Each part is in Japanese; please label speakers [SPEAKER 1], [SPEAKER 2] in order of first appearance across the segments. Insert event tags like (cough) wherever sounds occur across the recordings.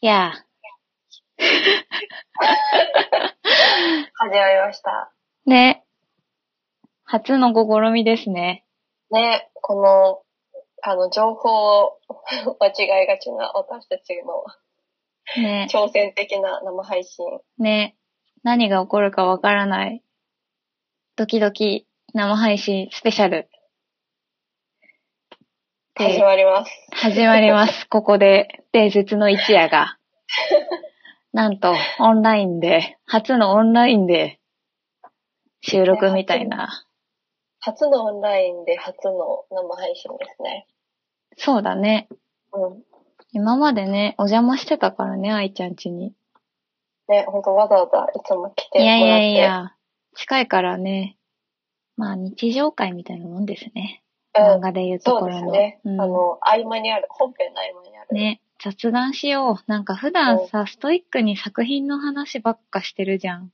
[SPEAKER 1] や
[SPEAKER 2] 始まりました。
[SPEAKER 1] ー。ね。初の試みですね。
[SPEAKER 2] ね、この、あの、情報を間違いがちな私たちの
[SPEAKER 1] ね。
[SPEAKER 2] 挑戦的な生配信。
[SPEAKER 1] ね。何が起こるかわからない。ドキドキ生配信スペシャル。
[SPEAKER 2] 始
[SPEAKER 1] で、
[SPEAKER 2] まります。
[SPEAKER 1] 始まります。ここで、伝説の一夜が。なんと、オンラインで、初のオンラインで、収録みたいな。
[SPEAKER 2] 初のオンラインで初の生配信ですね。
[SPEAKER 1] そうだね。
[SPEAKER 2] うん。
[SPEAKER 1] 今までね、お邪魔してたからね、愛ちゃんちに。
[SPEAKER 2] ね、ほんとわざわざいつも来て
[SPEAKER 1] い
[SPEAKER 2] も
[SPEAKER 1] や
[SPEAKER 2] らっ
[SPEAKER 1] い
[SPEAKER 2] て。
[SPEAKER 1] やいや、近いからね、まあ日常会みたいなもんですね。
[SPEAKER 2] う
[SPEAKER 1] 漫
[SPEAKER 2] ん。
[SPEAKER 1] 画でいうと
[SPEAKER 2] そ
[SPEAKER 1] こ
[SPEAKER 2] うで
[SPEAKER 1] ろ
[SPEAKER 2] す
[SPEAKER 1] の。
[SPEAKER 2] ね。
[SPEAKER 1] うん
[SPEAKER 2] あの、合間にある、本編の合間にある。
[SPEAKER 1] ね、雑談しよう。なんか普段さ、ストイックに作品の話ばっかしてるじゃん。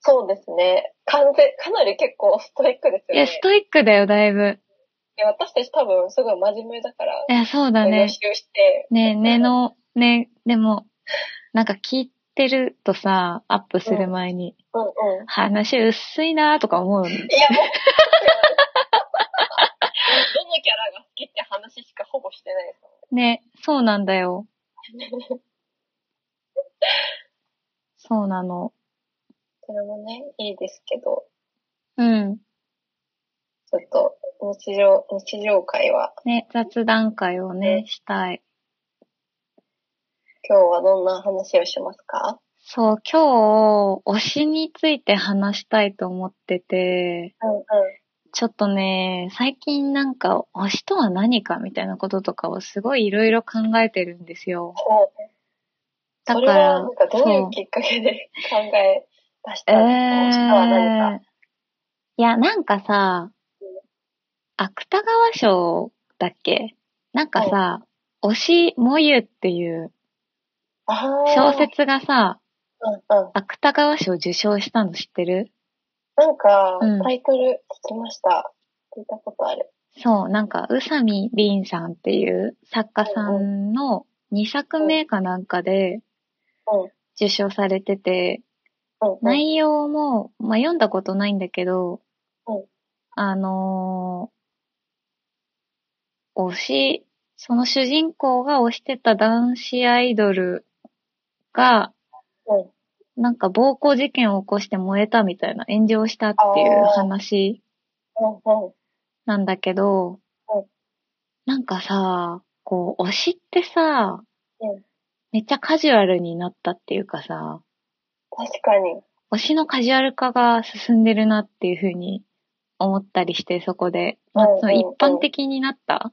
[SPEAKER 2] そうですね。完全、かなり結構ストイックです
[SPEAKER 1] い
[SPEAKER 2] よ
[SPEAKER 1] や、
[SPEAKER 2] ね。
[SPEAKER 1] ストイックだよ、だいぶ。
[SPEAKER 2] いや私たち多分すごい真面目だから
[SPEAKER 1] い、や、そうだ
[SPEAKER 2] 予
[SPEAKER 1] ね。
[SPEAKER 2] 習して。
[SPEAKER 1] ね、根の、ね、でも、なんか聞いてるとさ、アップする前に、
[SPEAKER 2] うんうん。
[SPEAKER 1] 話薄いなとか思う。
[SPEAKER 2] い (laughs) や、もう。どのキャラが好きって話しかほぼしてないですもん
[SPEAKER 1] ね、そうなんだ
[SPEAKER 2] (laughs)
[SPEAKER 1] よ。そうなの。
[SPEAKER 2] それもね、いいですけど、
[SPEAKER 1] うん。
[SPEAKER 2] ちょっと、日常、日常会は、
[SPEAKER 1] ね、雑談会をね、
[SPEAKER 2] ね
[SPEAKER 1] したい。
[SPEAKER 2] 今日はどんな話をしますか
[SPEAKER 1] そう、今日、推しについて話したいと思ってて、
[SPEAKER 2] うんうん。
[SPEAKER 1] ちょっとね、最近なんか、推しとは何かみたいなこととかをすごいいろいろ考えてるんですよ。
[SPEAKER 2] そう。
[SPEAKER 1] だ
[SPEAKER 2] そ
[SPEAKER 1] か
[SPEAKER 2] れは、
[SPEAKER 1] ら
[SPEAKER 2] なんか、どういう
[SPEAKER 1] そう
[SPEAKER 2] きっかけで考え出した
[SPEAKER 1] え
[SPEAKER 2] んですか、は何か。
[SPEAKER 1] ー、いや、なんかさ、芥川賞だっけなんかさ、推しもゆっていう
[SPEAKER 2] あー
[SPEAKER 1] 小。説がさ、
[SPEAKER 2] うんうん。
[SPEAKER 1] 芥川賞受賞したの知ってる
[SPEAKER 2] なんか
[SPEAKER 1] うん、
[SPEAKER 2] タイトル聞きました。聞いたことある。
[SPEAKER 1] そう、なんか、宇佐美凛さんっていう作家さんの2作目かなんかで
[SPEAKER 2] うん。
[SPEAKER 1] 受賞されてて、
[SPEAKER 2] うん、うん。
[SPEAKER 1] 内容も、まあ、読んだことないんだけど
[SPEAKER 2] うん、
[SPEAKER 1] あのー、推し、その主人公が推してた男子アイドルが、
[SPEAKER 2] うん。
[SPEAKER 1] なんか暴行事件を起こして燃えたみたいな、炎上したっていう話
[SPEAKER 2] うん。うん。
[SPEAKER 1] なんだけど
[SPEAKER 2] うん、
[SPEAKER 1] なんかさ、こう、推しってさ、
[SPEAKER 2] うん
[SPEAKER 1] めっちゃカジュアルになったっていうかさ、
[SPEAKER 2] 確かに。
[SPEAKER 1] 推しのカジュアル化が進んでるなっていうふうに思ったりして、そこで。まあ
[SPEAKER 2] うんうんうん
[SPEAKER 1] その一般的になった、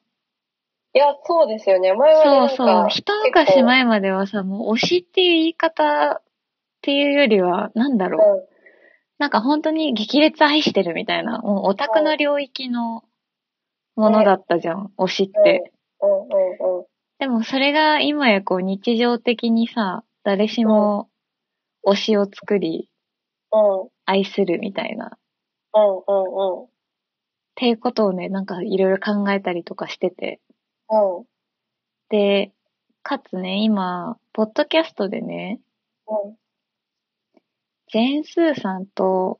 [SPEAKER 2] いや、そうですよね。前はね、
[SPEAKER 1] そ
[SPEAKER 2] な
[SPEAKER 1] うん
[SPEAKER 2] か
[SPEAKER 1] そう。一昔前まではさ、もう推しっていう言い方っていうよりは、なんだろう。
[SPEAKER 2] う
[SPEAKER 1] なんか本当に激烈愛してるみたいな、もうオタクの領域のものだったじゃん、推しって。
[SPEAKER 2] ん、うん、うん、うん。
[SPEAKER 1] でもそれが今やこう日常的にさ、誰しも推しを作り、
[SPEAKER 2] うん、
[SPEAKER 1] 愛するみたいな、っ
[SPEAKER 2] うん、うん、うん。
[SPEAKER 1] ていうことをね、なんかいろいろ考えたりとかしてて。
[SPEAKER 2] うん、
[SPEAKER 1] で、かつね、今、ポッドキャストでね、
[SPEAKER 2] うん。
[SPEAKER 1] ジェーンスーさんと、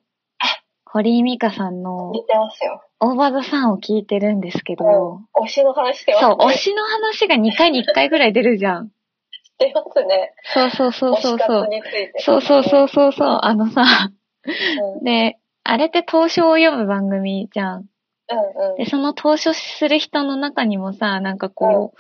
[SPEAKER 1] 堀井美香さんの
[SPEAKER 2] 似てますよ。
[SPEAKER 1] オーバーザさんを聞いてるんですけど、
[SPEAKER 2] 推しの話してます
[SPEAKER 1] そう、推
[SPEAKER 2] ね。
[SPEAKER 1] しの話が2回に1回ぐらい出るじゃん。
[SPEAKER 2] してますね。
[SPEAKER 1] そうそうそうそうそう
[SPEAKER 2] 推し活。について。。
[SPEAKER 1] そうそうそううそうそう、あのさ、で、あれって投書を読む番組じゃん。
[SPEAKER 2] うん、うん、うん
[SPEAKER 1] で、。その投書する人の中にもさ、なんかこ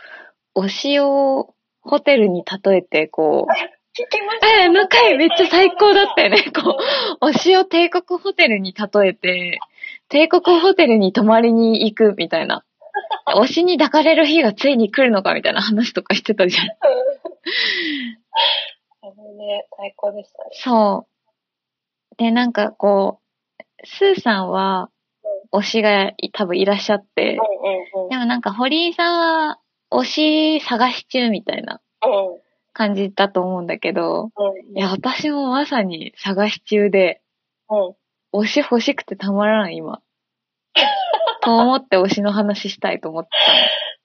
[SPEAKER 1] う、推しをホテルに例えて、こう、 (laughs)
[SPEAKER 2] 聞きました。
[SPEAKER 1] え、あの回めっちゃ最高だったよね。
[SPEAKER 2] うん
[SPEAKER 1] こう、推しを帝国ホテルに例えて、帝国ホテルに泊まりに行くみたいな。推しに抱かれる日がついに来るのかみたいな話とかしてたじゃん。
[SPEAKER 2] あのね、最高でしたね。
[SPEAKER 1] そう。で、なんかこう、スーさんは、推しがい多分いらっしゃって、
[SPEAKER 2] うん、うん、
[SPEAKER 1] でもなんか堀井さんは推し探し中みたいな
[SPEAKER 2] うん。
[SPEAKER 1] 感じだと思うんだけど、
[SPEAKER 2] うん、うん。
[SPEAKER 1] いや、私もまさに探し中で、
[SPEAKER 2] うん。
[SPEAKER 1] 推し欲しくてたまらん、今。と思って推しの話したいと思って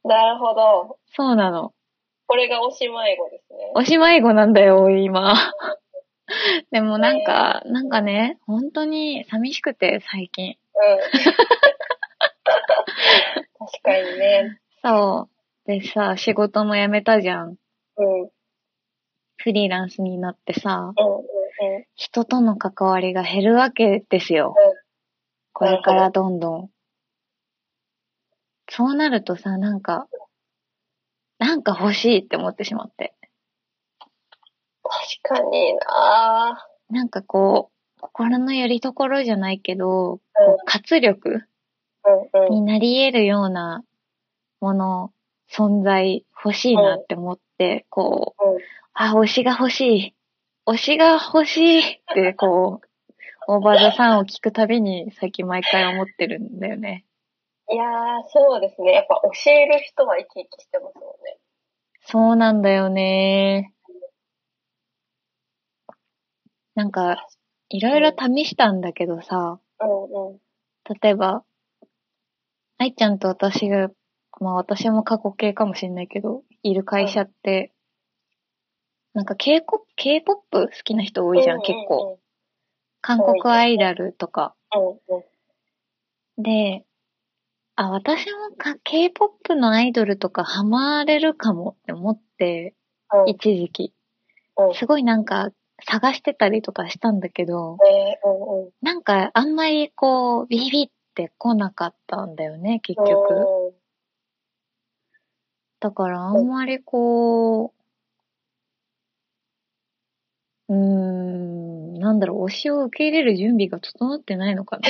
[SPEAKER 1] たの。
[SPEAKER 2] なるほど。
[SPEAKER 1] そうなの。
[SPEAKER 2] これがおしまい語ですね。
[SPEAKER 1] おしまい語なんだよ、今。でもなんか、なんかね、本当に寂しくて、最近。
[SPEAKER 2] うん。確かにね。
[SPEAKER 1] そう。でさ、仕事も辞めたじゃん。
[SPEAKER 2] うん。うんうん
[SPEAKER 1] フリーランスになってさ、
[SPEAKER 2] うん。
[SPEAKER 1] 人との関わりが減るわけですよ
[SPEAKER 2] うん。
[SPEAKER 1] これからどんどん。そうなるとさ、なんか、なんか欲しいって思ってしまって。
[SPEAKER 2] 確かにな
[SPEAKER 1] なんかこう、心のより所じゃないけど、
[SPEAKER 2] うん
[SPEAKER 1] こう活力
[SPEAKER 2] うんうん。
[SPEAKER 1] になり得るようなもの、存在欲しいなって思って、こう、
[SPEAKER 2] うん
[SPEAKER 1] あ、推しが欲しい。推しが欲しいって、こう、オーバーザさんを聞くたびに、最近毎回思ってるんだよね。
[SPEAKER 2] いやー、そうですね。やっぱ教える人は生き生きしてますもんね。
[SPEAKER 1] そうなんだよね。なんか、いろいろ試したんだけどさ、
[SPEAKER 2] うんうん。
[SPEAKER 1] 例えば、愛ちゃんと私が、まあ私も過去形かもしれないけど、いる会社って、なんか K-POP, K-POP 好きな人多いじゃん、結構。。韓国アイドルとか。
[SPEAKER 2] うんうん。
[SPEAKER 1] で、あ、私もか K-POP のアイドルとかハマれるかもって思って、
[SPEAKER 2] うん
[SPEAKER 1] 一時期。
[SPEAKER 2] うん。
[SPEAKER 1] すごいなんか探してたりとかしたんだけど、
[SPEAKER 2] えー、うんうん。
[SPEAKER 1] なんかあんまりこう、ビビって来なかったんだよね、結局。
[SPEAKER 2] うん
[SPEAKER 1] だからあんまりこう、うーん、なんだろう、推しを受け入れる準備が整ってないのかな。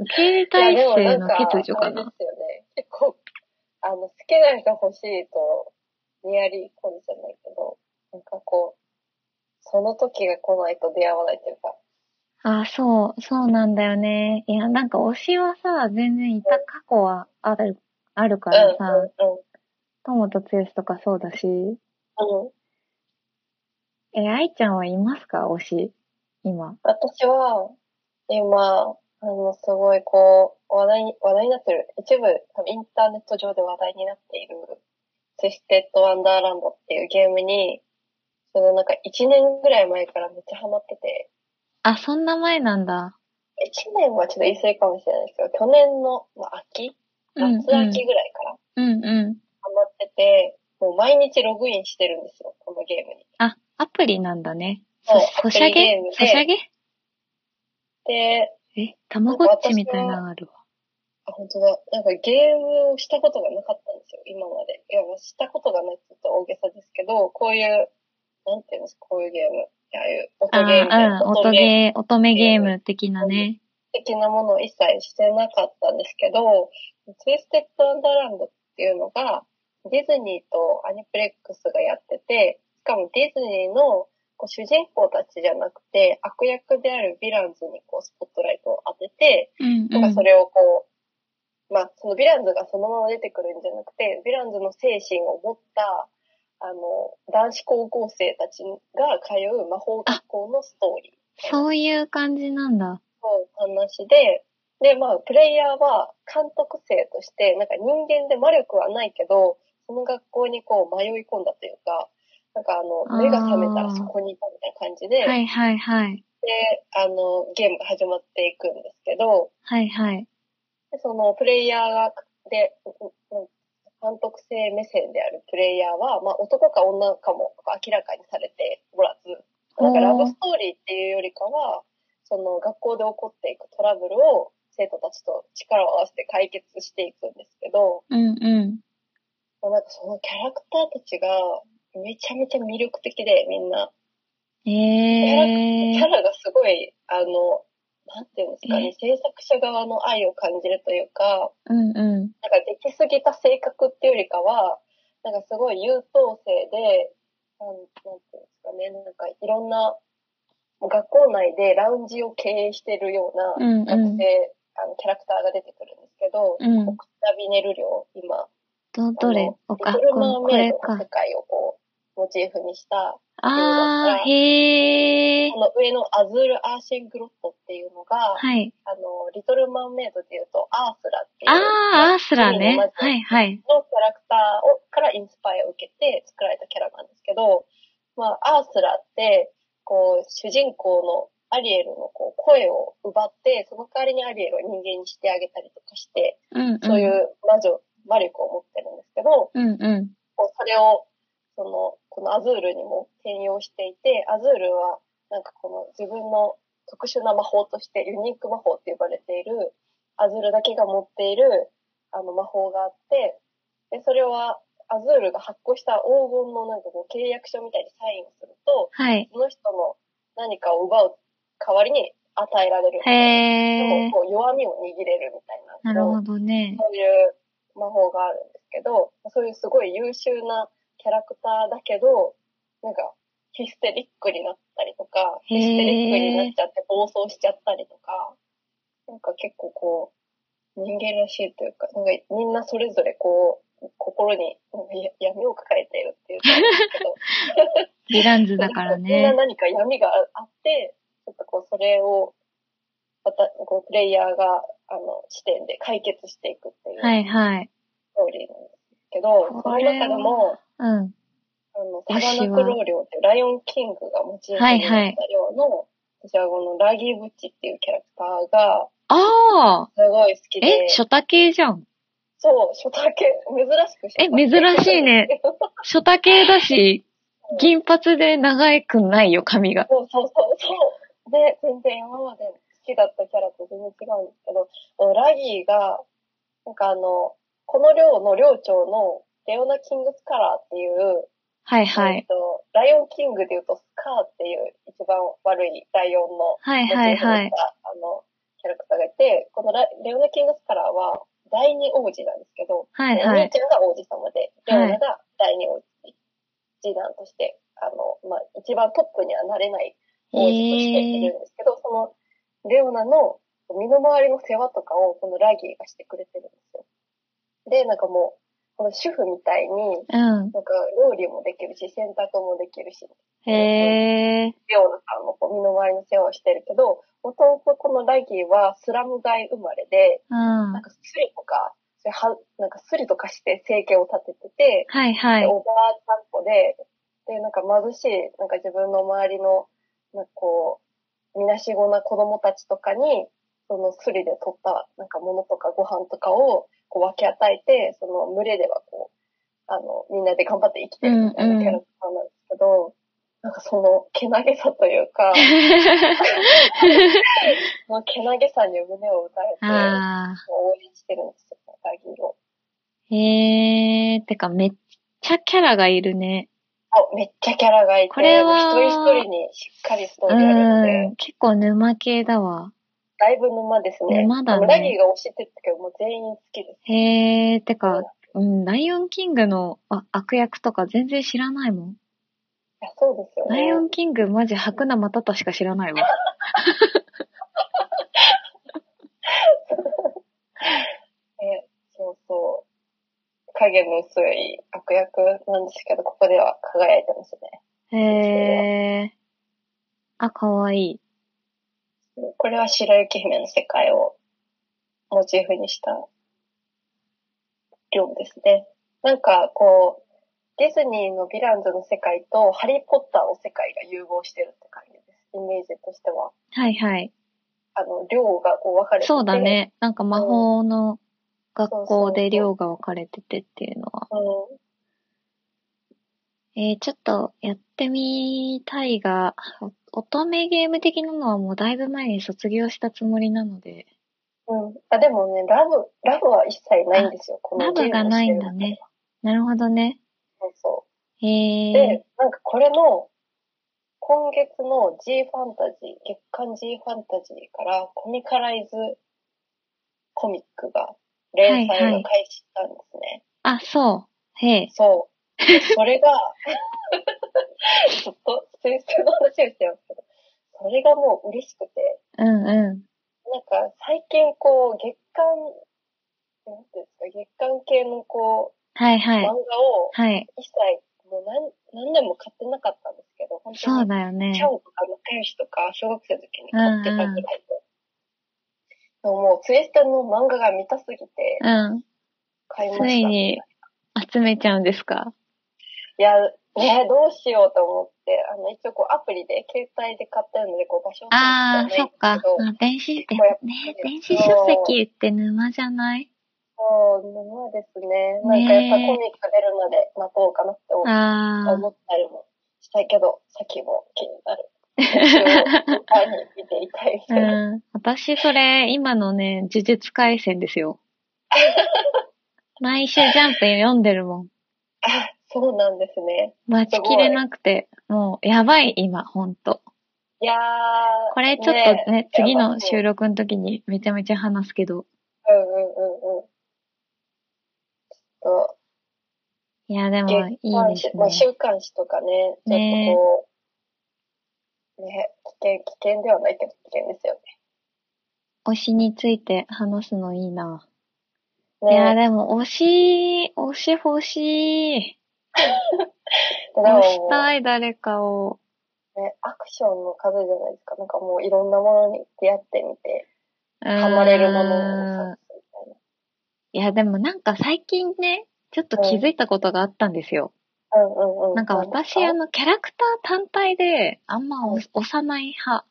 [SPEAKER 1] 受け入れ体制の欠如か
[SPEAKER 2] いやでも
[SPEAKER 1] な
[SPEAKER 2] んあ。れですよね。結構、あの、好きな人欲しいと、ニアリーコールじゃないけど、なんかこう、その時が来ないと出会わないっていうか、
[SPEAKER 1] あ、そう、そうなんだよね。いや、なんか推しはさ、全然いた過去はある、あるからさ、
[SPEAKER 2] う
[SPEAKER 1] 友と剛とかそうだし、
[SPEAKER 2] んうんうん。うん。
[SPEAKER 1] え、愛ちゃんはいますか推し、今。
[SPEAKER 2] 私は、今、あの、すごいこう、話題に、話題になってる、一部、多分インターネット上で話題になっている、ツイステッド・ワンダーランドっていうゲームに、そのなんか1年ぐらい前からめっちゃハマってて、
[SPEAKER 1] あ、そんな前なんだ。
[SPEAKER 2] 一年はちょっと言い過ぎかもしれないですけど、去年の、まあ、秋
[SPEAKER 1] うん、
[SPEAKER 2] 夏秋ぐらいから
[SPEAKER 1] うん、うん、うん。
[SPEAKER 2] ハマってて、もう毎日ログインしてるんですよ、このゲームに。
[SPEAKER 1] あ、アプリなんだね。
[SPEAKER 2] そう
[SPEAKER 1] そ、そしゃ
[SPEAKER 2] アプリゲ
[SPEAKER 1] げ
[SPEAKER 2] ームで
[SPEAKER 1] そしゃげ
[SPEAKER 2] で、
[SPEAKER 1] え、たまごっちみたいなのあるわ。
[SPEAKER 2] あ、本当だ。なんかゲームをしたことがなかったんですよ、今まで。いや、まあしたことがないって言ったら大げさですけど、こういう、なんていうんですか、こういうゲーム。ああいう
[SPEAKER 1] あ
[SPEAKER 2] 音ゲーム
[SPEAKER 1] あ、うん、
[SPEAKER 2] 音
[SPEAKER 1] 音ゲ
[SPEAKER 2] ゲーム
[SPEAKER 1] ー、乙女ゲーム的なね。
[SPEAKER 2] 的なものを一切してなかったんですけど、ツイステッド・アンダーランドっていうのが、ディズニーとアニプレックスがやってて、しかもディズニーのこう主人公たちじゃなくて、悪役であるヴィランズにこうスポットライトを当てて、
[SPEAKER 1] うん、う
[SPEAKER 2] なんか
[SPEAKER 1] ん
[SPEAKER 2] そ。れをこう、まあ、そのヴィランズがそのまま出てくるんじゃなくて、ヴィランズの精神を持った、あの、男子高校生たちが通う魔法学校のストーリー。
[SPEAKER 1] そういう感じなんだ。
[SPEAKER 2] の話で、で、まあ、プレイヤーは監督生として、なんか人間で魔力はないけど、その学校にこう迷い込んだというか、なんかあ
[SPEAKER 1] あー
[SPEAKER 2] の、目が覚めたらそこにいたみたいな感じで、
[SPEAKER 1] はいはいはい。
[SPEAKER 2] で、あの、ゲームが始まっていくんですけど、
[SPEAKER 1] はいはい。
[SPEAKER 2] でそのプレイヤーが、で、うんうん監督性目線であるプレイヤーは、まあ男か女かも明らかにされておらず、なんかラブストーリーっていうよりかは、その学校で起こっていくトラブルを生徒たちと力を合わせて解決していくんですけど、
[SPEAKER 1] うんうん。
[SPEAKER 2] まあ、なんかそのキャラクターたちがめちゃめちゃ魅力的でみんな、
[SPEAKER 1] え
[SPEAKER 2] キ
[SPEAKER 1] え
[SPEAKER 2] ャラがすごい、あの、なんていうんですか
[SPEAKER 1] え
[SPEAKER 2] ね、制作者側の愛を感じるというか、
[SPEAKER 1] うんう
[SPEAKER 2] なんか出来すぎた性格っていうよりかは、なんかすごい優等生で、なんなんていうんですかね、なんかいろんな、学校内でラウンジを経営してるよ
[SPEAKER 1] う
[SPEAKER 2] う
[SPEAKER 1] んう
[SPEAKER 2] なん学生、あのキャラクターが出てくるんですけど、
[SPEAKER 1] ん。うん。
[SPEAKER 2] オクタビネル寮、今、
[SPEAKER 1] ど、どれ
[SPEAKER 2] あの
[SPEAKER 1] お
[SPEAKER 2] リ
[SPEAKER 1] か、
[SPEAKER 2] トルマ
[SPEAKER 1] こ
[SPEAKER 2] ー
[SPEAKER 1] こ
[SPEAKER 2] メイ
[SPEAKER 1] れ
[SPEAKER 2] ドの世
[SPEAKER 1] か。
[SPEAKER 2] 界をこう、モチーフにした、
[SPEAKER 1] あー、へー
[SPEAKER 2] こ。の上のアズール・アーシェングロットっていうのが、
[SPEAKER 1] はい。
[SPEAKER 2] あの、リトル・マンメイドでいうと、アースラっていう、
[SPEAKER 1] あー、アースラね
[SPEAKER 2] 海の。魔
[SPEAKER 1] はい、はい。
[SPEAKER 2] 女のキャラクターをからインスパイアを受けて作られたキャラなんですけど、まあ、アースラって、こう、主人公のアリエルのこう声を奪って、その代わりにアリエルを人間にしてあげたりとかして、
[SPEAKER 1] うん、うん。
[SPEAKER 2] そうい。う魔女、魔力を持ってるんですけど、
[SPEAKER 1] うん、うん。
[SPEAKER 2] こうそれを、その、このアズールにも転用していて、アズールは、なんかこの自分の特殊な魔法として、ユニーク魔法って呼ばれている、アズールだけが持っている、あの、魔法があって、で、それは、アズールが発行した黄金のなんかこう契約書みたいにサインをすると、
[SPEAKER 1] はい。
[SPEAKER 2] その人の何かを奪う代わりに与えられるみたいな。
[SPEAKER 1] へ
[SPEAKER 2] で
[SPEAKER 1] ー
[SPEAKER 2] も。こう弱みを握れるみたい
[SPEAKER 1] な
[SPEAKER 2] な。
[SPEAKER 1] るほどね。
[SPEAKER 2] そういう魔法があるんですけど、そういうすごい優秀なキャラクターだけど、なんか、ヒステリックになったりとか、
[SPEAKER 1] へー
[SPEAKER 2] ヒステリックになっちゃって暴走しちゃったりとか、なんか結構こう、人間らしいというか、なんかみんなそれぞれこう、心になんかや闇を抱えているっていう感じですけど、
[SPEAKER 1] ヴィランズだから
[SPEAKER 2] みんな
[SPEAKER 1] (laughs) ね。
[SPEAKER 2] 何か闇があって、ちょっとこう、それを、また、こう、プレイヤーが、あの、視点で解決していくっていう。
[SPEAKER 1] はい、はい。
[SPEAKER 2] ストーリーなんですけど、そ
[SPEAKER 1] こ
[SPEAKER 2] の
[SPEAKER 1] れは
[SPEAKER 2] 中でも、
[SPEAKER 1] うん。
[SPEAKER 2] あの、
[SPEAKER 1] 私は
[SPEAKER 2] サガナクローリョっていうライオンキングがモチーフになった量の、私はこのラギーブッチっていうキャラクターが、
[SPEAKER 1] あ
[SPEAKER 2] すごい好き
[SPEAKER 1] ー。え
[SPEAKER 2] で、、
[SPEAKER 1] ショタ系じゃん。
[SPEAKER 2] そう、初竹、珍しく
[SPEAKER 1] え珍しい
[SPEAKER 2] (laughs)
[SPEAKER 1] ね。ショタ系だし、銀髪で長いくないよ、髪が。
[SPEAKER 2] そうそうそうそう。で、全然今まで好きだったキャラと全然違うんですけど、このラギーが、なんかあの、この寮の寮長のレオナ・キングスカラーっていう、
[SPEAKER 1] はい、は
[SPEAKER 2] えっ
[SPEAKER 1] い。
[SPEAKER 2] と、ライオンキングで言うと、スカーっていう一番悪いライオンの、
[SPEAKER 1] はい、はい、はい。
[SPEAKER 2] あの、キャラクターがいて、このラレオナキングスカラーは第二王子なんですけど、
[SPEAKER 1] はい、
[SPEAKER 2] お
[SPEAKER 1] は
[SPEAKER 2] 兄
[SPEAKER 1] い。
[SPEAKER 2] ちゃんが王子様で、レ
[SPEAKER 1] はい
[SPEAKER 2] オナが第二王子、次男として、あの、まあ、一番トップにはなれない王子としているんですけど、その、レオナの身の回りの世話とかをこのラギーがしてくれてるんですよ。で、なんかもう、この主婦みたいに、
[SPEAKER 1] うん。
[SPEAKER 2] なんか、料理もできるし、洗濯もできるし、
[SPEAKER 1] へー。
[SPEAKER 2] レオナさんもこう身の回りの世話をしてるけど、もともとこのラギーはスラム街生まれで、
[SPEAKER 1] うん。
[SPEAKER 2] なん
[SPEAKER 1] は
[SPEAKER 2] かスリとか、それはなんかスリとかして生計を立ててて、
[SPEAKER 1] い、は
[SPEAKER 2] で
[SPEAKER 1] い。
[SPEAKER 2] おばあちゃんっ子で、で、なんか貧しい、なんか自分の周りの、なんかこう、みなしごな子供たちとかに、そのスリで取った、なんか物とかご飯とかをこう分け与えて、その群れではこう、あの、みんなで頑張って生きてるみたいなキャラクターなんですけど、なんかその、けなげさという
[SPEAKER 1] (laughs)
[SPEAKER 2] か、そのけなげさに胸を打たれて、
[SPEAKER 1] あ
[SPEAKER 2] 応援してるんですよ、ラギーを。
[SPEAKER 1] ー。へー。てか、めっちゃキャラがいるね。
[SPEAKER 2] あめっちゃキャラがいて、
[SPEAKER 1] これは
[SPEAKER 2] 一人一人にしっかりストー
[SPEAKER 1] う
[SPEAKER 2] リーあるので、
[SPEAKER 1] ん。結構沼系だわ。
[SPEAKER 2] だいぶ沼ですね。
[SPEAKER 1] 沼だね
[SPEAKER 2] あのラギーが推してたけど、もう全員好きです。
[SPEAKER 1] へー。てか、うん、ライオンキングのあ悪役とか全然知らないもん。
[SPEAKER 2] いや、そうですよ
[SPEAKER 1] ライオ
[SPEAKER 2] ね。
[SPEAKER 1] ンキングマジ白なまたたしか知らないわ。
[SPEAKER 2] ねそうそう。影の薄い悪役なんですけど、ここでは輝いてます
[SPEAKER 1] へー。あ、かわいい。
[SPEAKER 2] ね。これは白雪姫の世界をモチーフにした量ですね。なんか、こう、ディズニーのヴィランズの世界とハリーポッターの世界が融合してるって感じです。イメージとしては。
[SPEAKER 1] はいはい。
[SPEAKER 2] あの、量がこう分かれてて
[SPEAKER 1] そうだ。ね。なんか魔法の学校
[SPEAKER 2] そうそうそ
[SPEAKER 1] で
[SPEAKER 2] う
[SPEAKER 1] 寮が分かれててっていうのは。
[SPEAKER 2] うん。
[SPEAKER 1] えー、ちょっとやってみたいが、お乙女ゲーム的なのはもうだいぶ前に卒業したつもりなので。
[SPEAKER 2] うん。あ、でもね、ラブ、ラブは一切ないんですよ。この
[SPEAKER 1] ラブがないんだね。なるほどね。
[SPEAKER 2] そうそ
[SPEAKER 1] へ
[SPEAKER 2] う。
[SPEAKER 1] え
[SPEAKER 2] で、なんかこれの、今月の G ファンタジー、月間 G ファンタジーからコミカライズコミックが、連載
[SPEAKER 1] はいは
[SPEAKER 2] が
[SPEAKER 1] い
[SPEAKER 2] 開始したんですね。
[SPEAKER 1] あ、そう。へえ。
[SPEAKER 2] そう。それが、 (laughs) ちょっと、先生の話をしてますけど、それがもう嬉しくて、
[SPEAKER 1] うんう
[SPEAKER 2] なんか最近こう月間、なんていうんですか、月間系のこ、
[SPEAKER 1] ん。はいうは
[SPEAKER 2] 漫
[SPEAKER 1] い。
[SPEAKER 2] 画を
[SPEAKER 1] はい。
[SPEAKER 2] 一切もう何何年も買ってなかったんですけど、本
[SPEAKER 1] そ
[SPEAKER 2] 当
[SPEAKER 1] う
[SPEAKER 2] に、
[SPEAKER 1] だよね
[SPEAKER 2] チャ。オとかの天使とか、小学生の時に買ってたぐらいで。でももう、ツイスタの漫画が見たすぎて、
[SPEAKER 1] うん。
[SPEAKER 2] 買いました。
[SPEAKER 1] ついに集めちゃうんですか
[SPEAKER 2] いや、ね、どうしようと思って、あの、一応こうアプリで、携帯で買ったので、こう場所を
[SPEAKER 1] ああ、そっか。
[SPEAKER 2] ど、
[SPEAKER 1] あ電子、で
[SPEAKER 2] こうやって
[SPEAKER 1] ね、電子書籍って沼じゃない
[SPEAKER 2] そう、沼ですね。
[SPEAKER 1] ね
[SPEAKER 2] なんかやっぱコミック出るまで待とうかなって思
[SPEAKER 1] あ
[SPEAKER 2] 思ったりもしたけど、先も気に
[SPEAKER 1] (laughs)
[SPEAKER 2] なる。一応会いに見ていたいみ
[SPEAKER 1] あ。
[SPEAKER 2] たいな。
[SPEAKER 1] うん。私、それ、今のね、呪術回戦ですよ。毎週ジャンプ読んでるもん。
[SPEAKER 2] あ、そうなんですね。
[SPEAKER 1] 待ちきれなくて、もう、やばい、今、ほんと。
[SPEAKER 2] いやー。
[SPEAKER 1] これ、ちょっとね、次の収
[SPEAKER 2] 録。
[SPEAKER 1] 録の時にめちゃめちゃ話すけど。
[SPEAKER 2] うんうんうんうん。ちょっと
[SPEAKER 1] いや、でも、いい
[SPEAKER 2] まあ
[SPEAKER 1] ですね。
[SPEAKER 2] まあ、週刊誌とかね、ちょっとこう、ね危険、危険ではないけど危険ですよ
[SPEAKER 1] 推しについて話すのいいな。い
[SPEAKER 2] ね。
[SPEAKER 1] や、
[SPEAKER 2] ね
[SPEAKER 1] でも、推し、推し欲しい。
[SPEAKER 2] でも
[SPEAKER 1] 推
[SPEAKER 2] も
[SPEAKER 1] し
[SPEAKER 2] う
[SPEAKER 1] たい、誰かを。
[SPEAKER 2] ね、アクションの数じゃないですか。なんかもういろんなものに出会ってみて、ハ
[SPEAKER 1] ハ
[SPEAKER 2] マれるものを探すみたい
[SPEAKER 1] いや、でもなんか最近ね、ちょっと気づいたことがあったんですよ。
[SPEAKER 2] な。うんうんうん。
[SPEAKER 1] なんか私、あ
[SPEAKER 2] あ
[SPEAKER 1] の、キャラクター単体で、あんま
[SPEAKER 2] うん
[SPEAKER 1] 押押さない派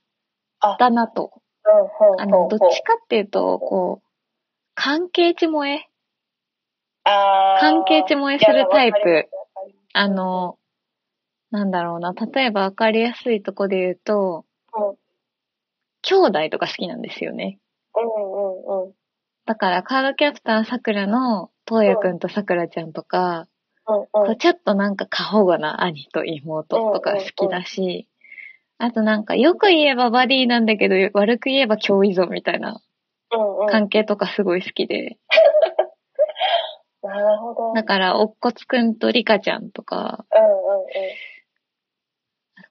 [SPEAKER 2] あ
[SPEAKER 1] だなと。
[SPEAKER 2] うんうん、
[SPEAKER 1] あの、どっち
[SPEAKER 2] か。
[SPEAKER 1] かっていうと、こう、関係値萌え。
[SPEAKER 2] あー
[SPEAKER 1] 関係値萌えするタイプ。
[SPEAKER 2] いやわかりますわかります
[SPEAKER 1] あの、なんだろうな。例えばわかりやすいとこで言うと、
[SPEAKER 2] うん
[SPEAKER 1] 兄弟とか好きなんですよね。
[SPEAKER 2] うんうんうん。
[SPEAKER 1] だから、カードキャプターさくらの、とうやくんとさくらちゃんとか、
[SPEAKER 2] うん
[SPEAKER 1] こ
[SPEAKER 2] う。
[SPEAKER 1] うんちょっとなんか過保護な兄と妹とか好きだし、あとなんかよく言えばバディなんだけど、悪く言えば教依存みたいな
[SPEAKER 2] うんうん。
[SPEAKER 1] 関係とかすごい好きで。
[SPEAKER 2] なるほど。
[SPEAKER 1] だから、おっこつくんとリカちゃんとか、
[SPEAKER 2] うんう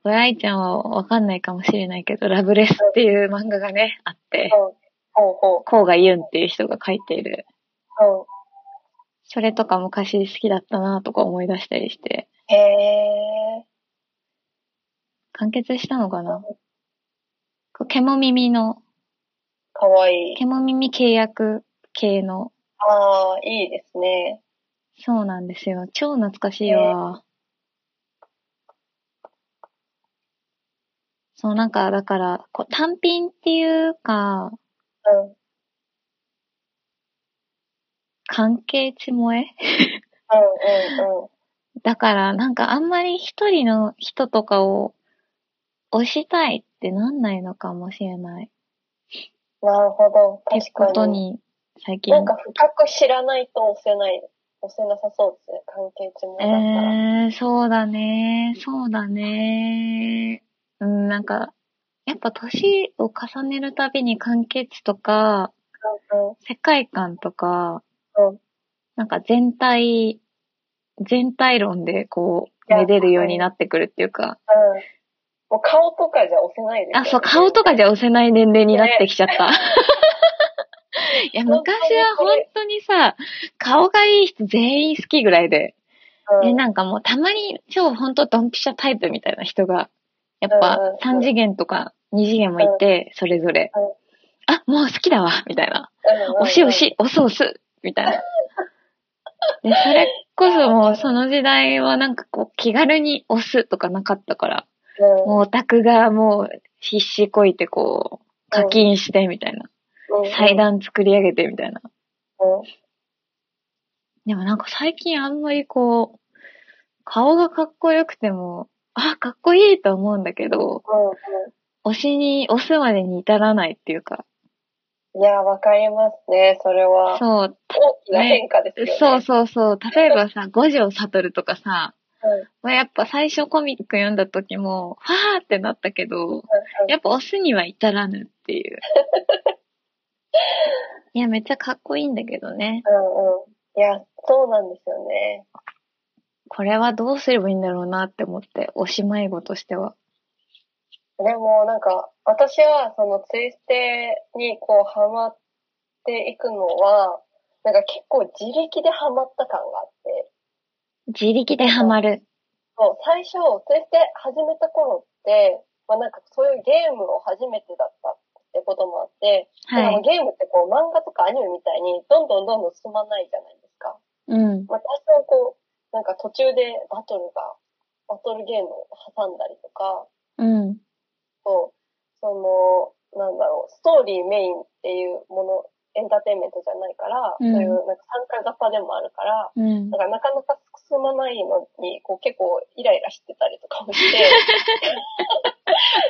[SPEAKER 1] これ愛ちゃんはわかんないかもしれないけど、ラブレスっていう漫画がね、あって、
[SPEAKER 2] んうん。うん。ほうほう。
[SPEAKER 1] こうがユンっていう人が書いている。
[SPEAKER 2] うん。
[SPEAKER 1] それとか昔好きだったなとか思い出したりして、
[SPEAKER 2] へえ。
[SPEAKER 1] 完結したのかなこうケモ耳の、
[SPEAKER 2] かわいい。
[SPEAKER 1] ケモ耳契約系の
[SPEAKER 2] ああ、いいですね。
[SPEAKER 1] そうなんですよ。超懐かしいわ。そう、なんか、だから、こう単品っていうか、
[SPEAKER 2] うん。
[SPEAKER 1] 関係値萌え
[SPEAKER 2] うんうんうん。
[SPEAKER 1] だから、なんかあんまり一人の人とかを推したいってなんないのかもしれない。
[SPEAKER 2] なるほど。
[SPEAKER 1] って
[SPEAKER 2] 確
[SPEAKER 1] こ
[SPEAKER 2] か
[SPEAKER 1] と
[SPEAKER 2] に。
[SPEAKER 1] に、最近。
[SPEAKER 2] なんか深く知らないと押せない、押せなさそうですね。関係値も
[SPEAKER 1] え
[SPEAKER 2] だったら。
[SPEAKER 1] ー、そうだね。そうだね。うん、なんか、やっぱ年を重ねるたびに関係値とか、
[SPEAKER 2] うんうん
[SPEAKER 1] 世界観とか、
[SPEAKER 2] うん
[SPEAKER 1] なんか全体、全体論でこう、
[SPEAKER 2] いや
[SPEAKER 1] めでるようになってくるっていうか、
[SPEAKER 2] うん。もう顔とかじゃ押せないですよ
[SPEAKER 1] あ、そう、顔とかじゃ押せない年齢になってきちゃった。 (laughs) いや、
[SPEAKER 2] 本当
[SPEAKER 1] 昔
[SPEAKER 2] に
[SPEAKER 1] は本当にさ、顔がいい人全員好きぐらいで、
[SPEAKER 2] うん、
[SPEAKER 1] で、
[SPEAKER 2] うん、
[SPEAKER 1] なんかもうたまに超本当ドンピシャタイプみたいな人が、やっ
[SPEAKER 2] う
[SPEAKER 1] ぱ
[SPEAKER 2] んうんうん
[SPEAKER 1] 3次元とか2次元もいて、それぞれ
[SPEAKER 2] うん。
[SPEAKER 1] あ、もう好きだわ、みたいな。
[SPEAKER 2] うん
[SPEAKER 1] 押し押。し、押す押す、み
[SPEAKER 2] (laughs)
[SPEAKER 1] たいな。で、それこそもうその時代はなんかこう気軽に押すとかなかったから、
[SPEAKER 2] うん
[SPEAKER 1] もうオタクがもう必死こいてこう、課金してみたいな。
[SPEAKER 2] うん、
[SPEAKER 1] 祭壇作り上げてみたいな。
[SPEAKER 2] うん。
[SPEAKER 1] でもなんか最近あんまりこう、顔がかっこよくても、あ、かっこいいと思うんだけど、
[SPEAKER 2] うん
[SPEAKER 1] 押しに、押すまでに至らないっていうか、
[SPEAKER 2] うん。いや、わかりますね、それは。
[SPEAKER 1] そう、
[SPEAKER 2] 大きな変化ですよね。
[SPEAKER 1] そうそうそう。例えばさ、五条悟とかさ、
[SPEAKER 2] うん
[SPEAKER 1] まあやっぱ最初コミック読んだ時も、ファーってなったけど、
[SPEAKER 2] うん
[SPEAKER 1] やっぱ押すには至らぬって
[SPEAKER 2] (laughs)
[SPEAKER 1] いう。いや、めっちゃかっこいいんだけどね。
[SPEAKER 2] うんうん。いや、そうなんですよね。
[SPEAKER 1] これはどうすればいいんだろうなって思って、おしまい語としては。
[SPEAKER 2] でも、なんか、私は、その、ツイステに、こう、ハマっていくのは、なんか結構自力でハマった感があって、
[SPEAKER 1] 自力でハマる。
[SPEAKER 2] そう、最初、ツイステ始めた頃って、まあなんかそういうゲームを初めてだったってこともあって、で
[SPEAKER 1] は
[SPEAKER 2] も
[SPEAKER 1] い。
[SPEAKER 2] ゲームってこう漫画とかアニメみたいにどんどんどんどん進まないじゃないですか。
[SPEAKER 1] うん。
[SPEAKER 2] まあ多少こう、なんか途中でバトルが、バトルゲームを挟んだりとか、
[SPEAKER 1] うん。
[SPEAKER 2] そう、その、なんだろう、ストーリーメインっていうもの、エンターテインメントじゃないから、
[SPEAKER 1] うん
[SPEAKER 2] そういうなんか参加型でもあるから、
[SPEAKER 1] うん
[SPEAKER 2] だ。からなかなか進まないのに、こう結構イライラしてたりとかも
[SPEAKER 1] (laughs)
[SPEAKER 2] して、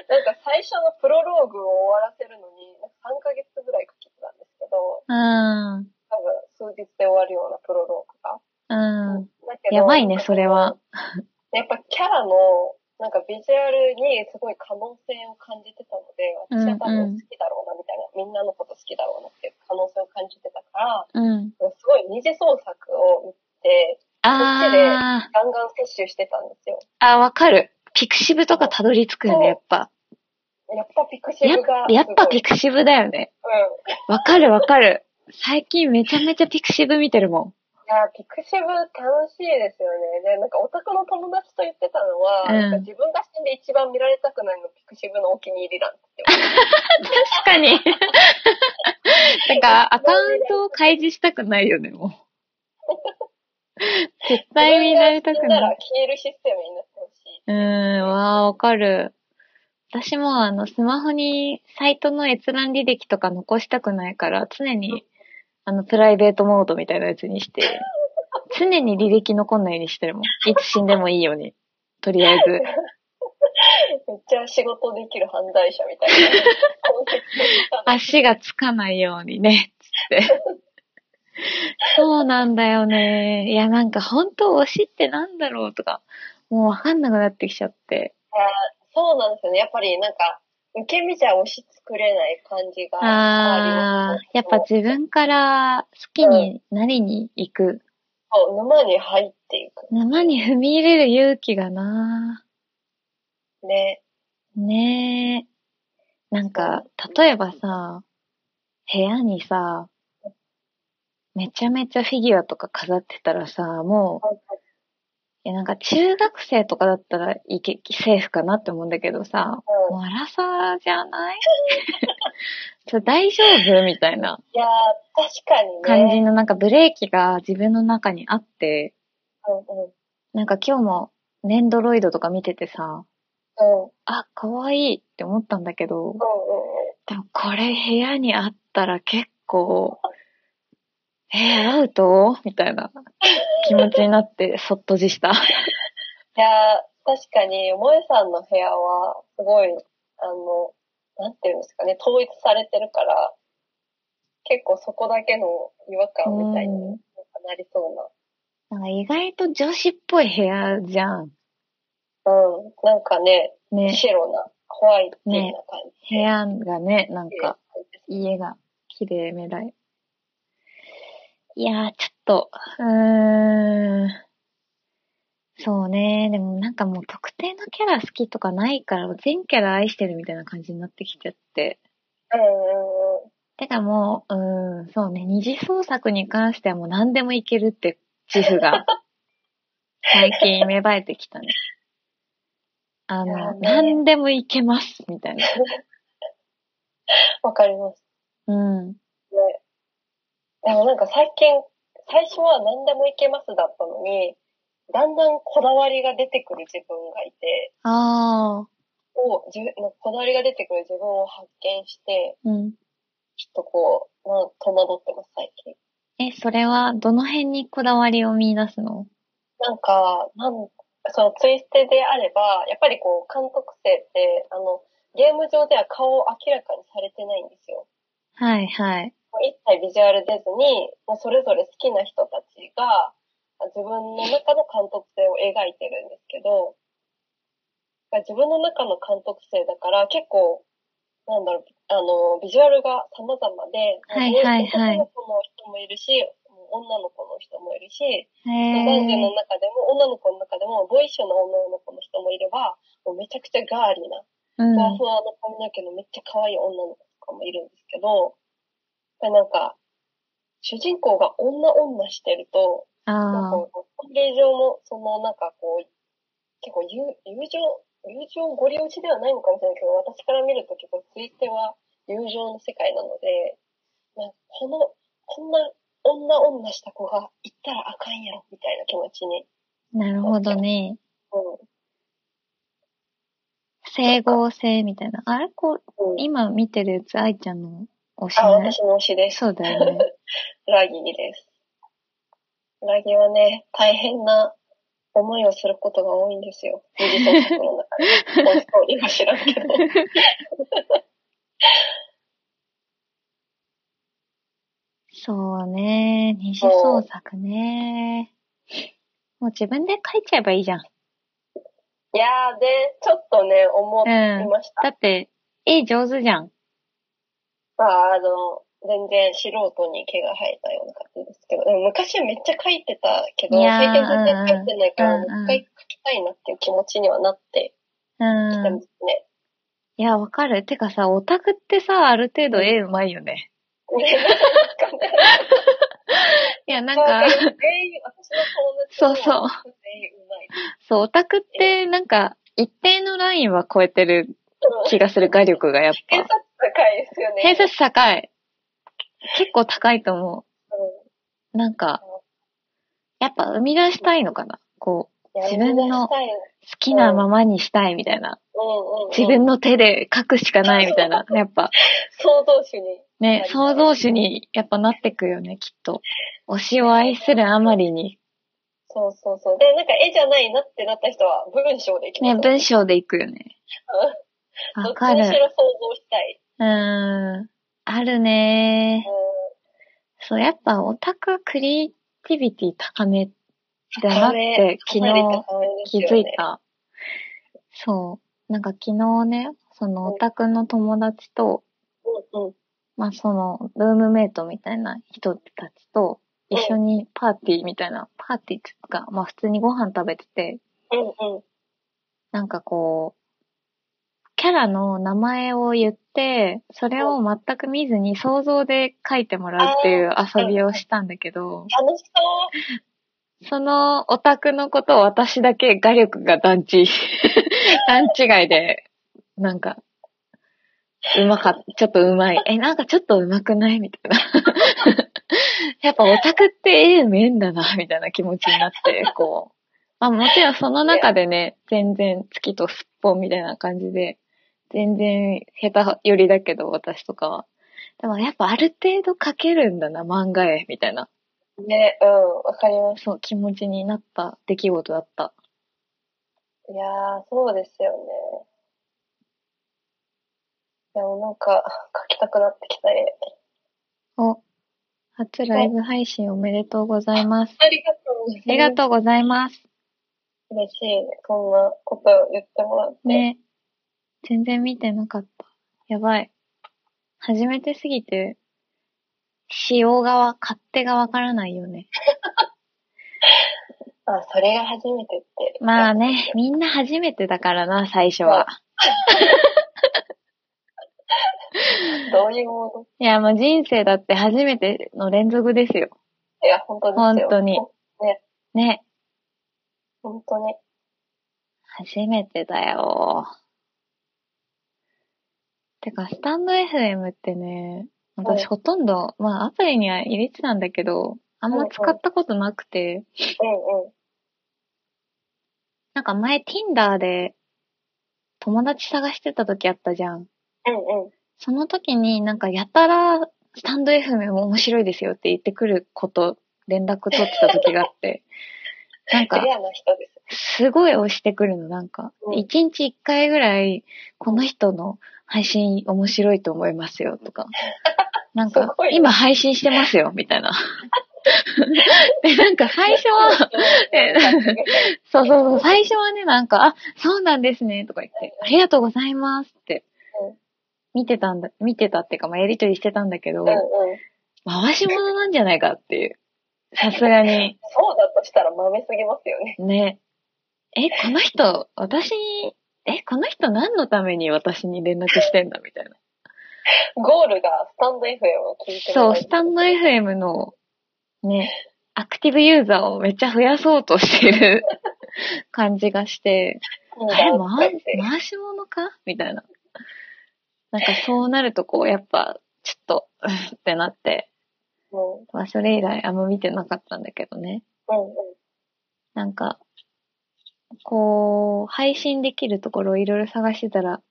[SPEAKER 2] なんか最初のプロローグを終わらせるのに、なんか3ヶ月ぐらいかけてたんですけど、
[SPEAKER 1] あ
[SPEAKER 2] 多分数日で終わるようなプロローグが。
[SPEAKER 1] あ、うん。
[SPEAKER 2] だけど
[SPEAKER 1] やばいね、それは。。
[SPEAKER 2] やっぱキャラの、なんかビジュアルにすごい可能性を感じてたので、私は多分好きだろうなみたいな、みんなのこと好きだろうなっていう可能性を感じてたから、
[SPEAKER 1] うん。
[SPEAKER 2] すごい二次創作を見て、
[SPEAKER 1] あ
[SPEAKER 2] ガンガン摂取してたんですよ。
[SPEAKER 1] あ、あ、わかる。ピクシブとかたどり着くよね、やっぱ。
[SPEAKER 2] やっぱピクシ
[SPEAKER 1] や
[SPEAKER 2] ブ
[SPEAKER 1] っ
[SPEAKER 2] が
[SPEAKER 1] ぱ、やっぱピ
[SPEAKER 2] ク
[SPEAKER 1] クシブだよね。
[SPEAKER 2] うん。
[SPEAKER 1] わかるわかる。最近めちゃめちゃピクシブ見てるも
[SPEAKER 2] いや、ピクシブ楽しいですよね。で、なんかオタクの友達と言ってたのは、
[SPEAKER 1] うん
[SPEAKER 2] なんか自分が死んで一番見られたくないのピクシブのお気に入りなんですよ。
[SPEAKER 1] ん。確かに。なんか、アカウントを開示したくないよね、もう。絶対見られたく
[SPEAKER 2] 自分が
[SPEAKER 1] ない。
[SPEAKER 2] 死んだら消えるシステムになってほしい。
[SPEAKER 1] うーん、わあ、わかる。私もあの、スマホにサイトの閲覧履歴とか残したくないから、常に、あの、プライベートモードみたいなやつにして、常に履歴残んないようにしてるもん。いつ死んでもいいように。とりあえず。
[SPEAKER 2] めっちゃ仕事できる犯罪者み
[SPEAKER 1] (laughs)
[SPEAKER 2] たいな。
[SPEAKER 1] 足がつかないようにね、つって。そうなんだよね。いや、なんか本当推しってなんだろうとか、もうわかんなくなってきちゃって。
[SPEAKER 2] そうなんですよね。やっぱりなんか、受け身じゃ押し作れない感じが
[SPEAKER 1] あ
[SPEAKER 2] あ
[SPEAKER 1] あ
[SPEAKER 2] り、
[SPEAKER 1] やっぱ自分から好きになりに行く。
[SPEAKER 2] そう沼に入っていく。
[SPEAKER 1] 沼に踏み入れる勇気がな
[SPEAKER 2] ね。
[SPEAKER 1] ねえ。なんか、例えばさ、部屋にさ、めちゃめちゃフィギュアとか飾ってたらさ、もう、いや、なんか中学生とかだったらいけ、セーフかなって思うんだけどさ、
[SPEAKER 2] うん
[SPEAKER 1] もうアラサーじゃない (laughs) ちょ大丈夫みたいない
[SPEAKER 2] やー、確かにね。
[SPEAKER 1] 感じのなんかブレーキが自分の中にあって、
[SPEAKER 2] うんうん。
[SPEAKER 1] なんか今日もネンドロイドとか見ててさ、
[SPEAKER 2] うんうん
[SPEAKER 1] あ、可愛いって思ったんだけど、
[SPEAKER 2] う
[SPEAKER 1] でもこれ部屋にあったら結構、えー、アウトみたいな気持ちになってそっとじした。
[SPEAKER 2] ん。いやー、確かに、萌えさんの部屋は、すごい、あの、なんていうんですかね、統一されてるから、結構そこだけの違和感みたいに
[SPEAKER 1] う
[SPEAKER 2] なんかなりそう
[SPEAKER 1] な
[SPEAKER 2] な。
[SPEAKER 1] んか意外と女子っぽい部屋じゃん。
[SPEAKER 2] うん、なんかね、
[SPEAKER 1] ね、
[SPEAKER 2] 白な、ホワイトな感じ。
[SPEAKER 1] 部屋がね、なんか、
[SPEAKER 2] う
[SPEAKER 1] 家が綺麗めだい。いやー、ちょっと、うーん。そうね。でもなんかもう特定のキャラ好きとかないから、全キャラ愛してるみたいな感じになってきちゃって。
[SPEAKER 2] んうんうん。
[SPEAKER 1] てかもう、うーん、そうね。二次創作に関してはもう何でもいけるって自負
[SPEAKER 2] (laughs)
[SPEAKER 1] が、最近芽生えてきたね。あ
[SPEAKER 2] いや
[SPEAKER 1] の、
[SPEAKER 2] ーね
[SPEAKER 1] 何でもいけます、みたいな。
[SPEAKER 2] わかります。
[SPEAKER 1] うん。
[SPEAKER 2] ね。でもなんか最近、最初は何でもいけますだったのに、だんだんこだわりが出てくる自分がいて、
[SPEAKER 1] ああ、
[SPEAKER 2] を、じゅなんかこだわりが出てくる自分を発見して、
[SPEAKER 1] うん。
[SPEAKER 2] ちょっとこう、まあ、戸惑ってます、最近。
[SPEAKER 1] え、それはどの辺にこだわりを見出すの
[SPEAKER 2] なんか、なん、そのツイステであれば、やっぱりこう、監督生って、あの、ゲーム上では顔を明らかにされてないんですよ。
[SPEAKER 1] はいはい。
[SPEAKER 2] もう一切ビジュアル出ずに、もうそれぞれ好きな人たちが、自分の中の監督性を描いてるんですけど、自分の中の監督性だから結構、なんだろう、あの、ビジュアルが様々で、
[SPEAKER 1] はいはいはい
[SPEAKER 2] もう男の子の人もいるし、もう女の子の人もいるし、
[SPEAKER 1] へ
[SPEAKER 2] 男女の
[SPEAKER 1] え。
[SPEAKER 2] 中でも、女の子の中でも、ボーイッシュな女の子の人もいれば、もうめちゃくちゃガーリーな
[SPEAKER 1] う
[SPEAKER 2] ふわ
[SPEAKER 1] ん
[SPEAKER 2] ふ。わの髪の毛のめっちゃ可愛い女の子とかもいるんですけど、やっぱりなんか、主人公が女女してると、なんか
[SPEAKER 1] ああ。
[SPEAKER 2] こう、関係上も、そのなんかこう、結構友友情、友情ご利用しではないのかもしれないけど、私から見ると結構ついては友情の世界なので、まあ、この、こんな女女した子が行ったらあかんやろ、みたいな気持ちに。
[SPEAKER 1] なるほどね。
[SPEAKER 2] うん。
[SPEAKER 1] 整合性みたいな。あれこう、
[SPEAKER 2] うん、
[SPEAKER 1] 今見てるやつ、愛ちゃんの推し
[SPEAKER 2] あ、
[SPEAKER 1] ね。
[SPEAKER 2] 私の推しです。
[SPEAKER 1] そうだ
[SPEAKER 2] (laughs)
[SPEAKER 1] よね。
[SPEAKER 2] ラギです。ラギはね、大変な思いをすることが多いんですよ。二次創作
[SPEAKER 1] (laughs)
[SPEAKER 2] の中で。本当に今知らんけど。
[SPEAKER 1] そうね。二次創作ね。もう自分で書いちゃえばいいじゃん。
[SPEAKER 2] いやーで、ちょっとね、思いました。
[SPEAKER 1] だって、絵上手じゃん。
[SPEAKER 2] まあ、あの、全然素人に毛が生えたような感じですけど、でも昔めっちゃ書いてたけど、
[SPEAKER 1] いやー
[SPEAKER 2] 最近全然書いてないから、
[SPEAKER 1] うん
[SPEAKER 2] も
[SPEAKER 1] うん
[SPEAKER 2] う一回書きたいなっていう気持ちにはなって
[SPEAKER 1] う
[SPEAKER 2] きてま
[SPEAKER 1] ん。
[SPEAKER 2] すね。
[SPEAKER 1] いや、わかる。てかさ、オタクってさ、ある程度絵うまいよね。 (laughs)
[SPEAKER 2] ねなんかね
[SPEAKER 1] いや、なん
[SPEAKER 2] なん
[SPEAKER 1] か、
[SPEAKER 2] か全員、私の
[SPEAKER 1] そ
[SPEAKER 2] 友
[SPEAKER 1] う
[SPEAKER 2] 達
[SPEAKER 1] そう
[SPEAKER 2] う。全員うまい。
[SPEAKER 1] そう、オタクって、なんか、一定のラインは超えてる気がする、画力がやっ
[SPEAKER 2] 偏
[SPEAKER 1] ぱ
[SPEAKER 2] 差。値高いですよね。
[SPEAKER 1] 偏差値高い。結構高いと思
[SPEAKER 2] うん
[SPEAKER 1] う。なんか、やっぱ生み出したいのかな。こ
[SPEAKER 2] いや
[SPEAKER 1] 自分の
[SPEAKER 2] みんなしたいよね
[SPEAKER 1] う、好きなままにしたいみたいな。
[SPEAKER 2] うんうんうん、
[SPEAKER 1] 自分の手で描くしかないみたいな。やっぱ、
[SPEAKER 2] 創造主に。
[SPEAKER 1] ね、
[SPEAKER 2] な
[SPEAKER 1] 創
[SPEAKER 2] りた
[SPEAKER 1] 造
[SPEAKER 2] い
[SPEAKER 1] 主にやっぱなってくよね、きっと。推しを愛するあまりに。
[SPEAKER 2] そうそうそう。で、なんか絵じゃないなってなった人は文章でいきま
[SPEAKER 1] ね、
[SPEAKER 2] す
[SPEAKER 1] 文章でいくよね。
[SPEAKER 2] ど
[SPEAKER 1] わ
[SPEAKER 2] っち
[SPEAKER 1] か
[SPEAKER 2] にし
[SPEAKER 1] る。
[SPEAKER 2] ろ想像したい。
[SPEAKER 1] うーん。あるね
[SPEAKER 2] うん
[SPEAKER 1] そう、やっぱオタクはクリエイティビティ高めだなっ
[SPEAKER 2] 高め
[SPEAKER 1] て昨
[SPEAKER 2] かなり
[SPEAKER 1] 日
[SPEAKER 2] 高めです
[SPEAKER 1] 気
[SPEAKER 2] よ
[SPEAKER 1] づ
[SPEAKER 2] ね
[SPEAKER 1] いた。そう。なんか昨日ね、そのオタクの友達と、
[SPEAKER 2] うんうん。
[SPEAKER 1] まあその、ルームメイトみたいな人たちと、一緒にパーティーみたいな、パーティーっていうか、まあ普通にご飯食べてて、
[SPEAKER 2] うんうん。
[SPEAKER 1] なんかこう、キャラの名前を言って、それを全く見ずに想像で書いてもらうっていう遊びをしたんだけど、
[SPEAKER 2] 楽しそう。
[SPEAKER 1] そのオタクのことを私だけ画力が段違い、 (laughs) 段違いで、なんか、うまかっちょっとうまい。え、なんかちょっとうまくないみたいな。 (laughs) やっぱオタクって絵うめえんだな、みたいな気持ちになって、こう。まあもちろんその中でね、全然月とすっぽんみたいな感じで、全然下手寄りだけど、私とかは。でもやっぱある程度描けるんだな、漫画絵、みたいな。
[SPEAKER 2] ね、うん、わかります。
[SPEAKER 1] そう、気持ちになった出来事だった。
[SPEAKER 2] いやー、そうですよね。でもなんか、描きたくなってきた絵。
[SPEAKER 1] お、初ライブ配信おめでとうございます。
[SPEAKER 2] ありがとうございます。
[SPEAKER 1] ありがとうございます。
[SPEAKER 2] う。嬉しいね。こんなことを言ってもらって。
[SPEAKER 1] ね。全然見てなかった。やばい。初めてすぎて、仕様側、勝手がわからないよね。
[SPEAKER 2] あ、それが初めてって。
[SPEAKER 1] まあね、みんな初めてだからな、最初は。
[SPEAKER 2] どういうもの
[SPEAKER 1] いや、もう人生だって初めての連続ですよ。
[SPEAKER 2] いや、本当ですよ。
[SPEAKER 1] 本当にね。
[SPEAKER 2] ほん。本当に。
[SPEAKER 1] 初めてだよ。てか、スタンド FM ってね、私
[SPEAKER 2] うん
[SPEAKER 1] ほとんど、まあアプリには入れてたんだけど、あんま使ったことなくて、
[SPEAKER 2] うんうん。
[SPEAKER 1] なんか前 Tinder で友達探してた時あったじゃん。
[SPEAKER 2] うんうん。
[SPEAKER 1] その時になんかやたらスタンド FM も面白いですよって言ってくること、連絡取ってた時があって、
[SPEAKER 2] (laughs)
[SPEAKER 1] なんか、
[SPEAKER 2] レアな人です。
[SPEAKER 1] すごい押してくるの、なんか
[SPEAKER 2] う。ん
[SPEAKER 1] 一日一回ぐらい、この人の配信面白いと思いますよ、とか。なん
[SPEAKER 2] す
[SPEAKER 1] か
[SPEAKER 2] ごい、ね
[SPEAKER 1] 今配信してますよ、みたいな。 (laughs) で、なんか最初
[SPEAKER 2] (laughs)
[SPEAKER 1] は、 (laughs) えそうそうそう、最初はね、なんか、あ、そうなんですね、とか言って、ありがとうございますって
[SPEAKER 2] うん、
[SPEAKER 1] 見てたんだ、見てたっていうか、まあ、やりとりしてたんだけど
[SPEAKER 2] うん、うん。
[SPEAKER 1] 回し物なんじゃないかっていう。さすがに。
[SPEAKER 2] そうだとしたら豆すぎますよね。
[SPEAKER 1] ね。え、この人、私に、え、この人何のために私に連絡してんだみたいな。
[SPEAKER 2] ゴールがスタンド FM を聞いて
[SPEAKER 1] そ
[SPEAKER 2] も
[SPEAKER 1] う、
[SPEAKER 2] ら
[SPEAKER 1] スタンド
[SPEAKER 2] (laughs)
[SPEAKER 1] FM の、ね、アクティブユーザーをめっちゃ増やそうとしてる感じがして、
[SPEAKER 2] うん
[SPEAKER 1] あれ、
[SPEAKER 2] だ
[SPEAKER 1] 回
[SPEAKER 2] って言って
[SPEAKER 1] 回し物かみたいな。なんかそうなるとこう、やっぱ、ちょっと、うんってなって、
[SPEAKER 2] うん
[SPEAKER 1] まあそれ以来あんま見てなかったんだけどね。
[SPEAKER 2] うんうん
[SPEAKER 1] なんか、こう、配信できるところをいろいろ探してたら、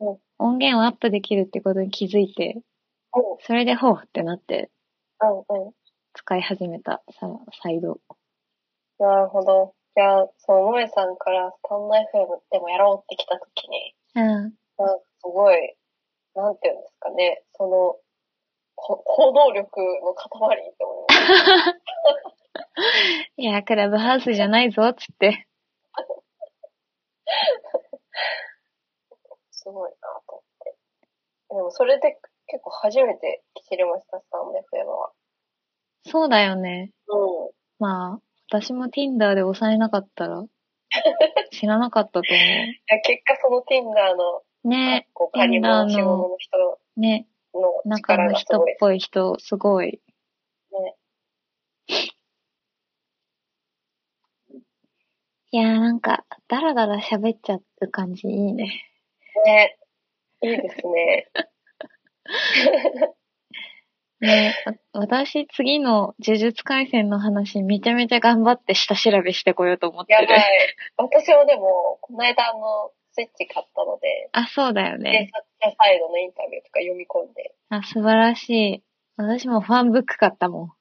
[SPEAKER 2] うん
[SPEAKER 1] 音源をアップできるってことに気づいて、それでほうってなって
[SPEAKER 2] うんうんうん
[SPEAKER 1] 使い始めたさサイド。
[SPEAKER 2] なるほど。いや、その、萌えさんからスタンド FM でもやろうって来たときに、
[SPEAKER 1] うん。
[SPEAKER 2] なんかすごい、なんていうんですかね、その、こ行動力の塊って思いました。
[SPEAKER 1] いや、クラブハウスじゃないぞ、つって。
[SPEAKER 2] すごいなと思って。でも、それで結構初めて知りました、スタンド FM は。
[SPEAKER 1] そうだよね。
[SPEAKER 2] うん。
[SPEAKER 1] まあ、私も Tinder で押さえなかったら、知らなかったと思
[SPEAKER 2] いや結果、その Tinder の、
[SPEAKER 1] う。ね、
[SPEAKER 2] こう、借り物、仕物の人
[SPEAKER 1] ね、
[SPEAKER 2] の
[SPEAKER 1] 中
[SPEAKER 2] 力
[SPEAKER 1] の
[SPEAKER 2] がす
[SPEAKER 1] 人っ
[SPEAKER 2] ごい。
[SPEAKER 1] ぽい人、すごい。
[SPEAKER 2] ね
[SPEAKER 1] いやーなんか、だらだら喋っちゃう感じいいね。
[SPEAKER 2] ね。いいですね。
[SPEAKER 1] ね、わ私、次の呪術廻戦の話、めちゃめちゃ頑張って下調べしてこようと思って
[SPEAKER 2] やば
[SPEAKER 1] る。
[SPEAKER 2] い。私はでも、この間あの、スイッチ買ったので、
[SPEAKER 1] あ、そうだよ
[SPEAKER 2] 制
[SPEAKER 1] ね。
[SPEAKER 2] 作者サイドのインタビューとか読み込んで。
[SPEAKER 1] あ、素晴らしい。私もファンブック買ったもん。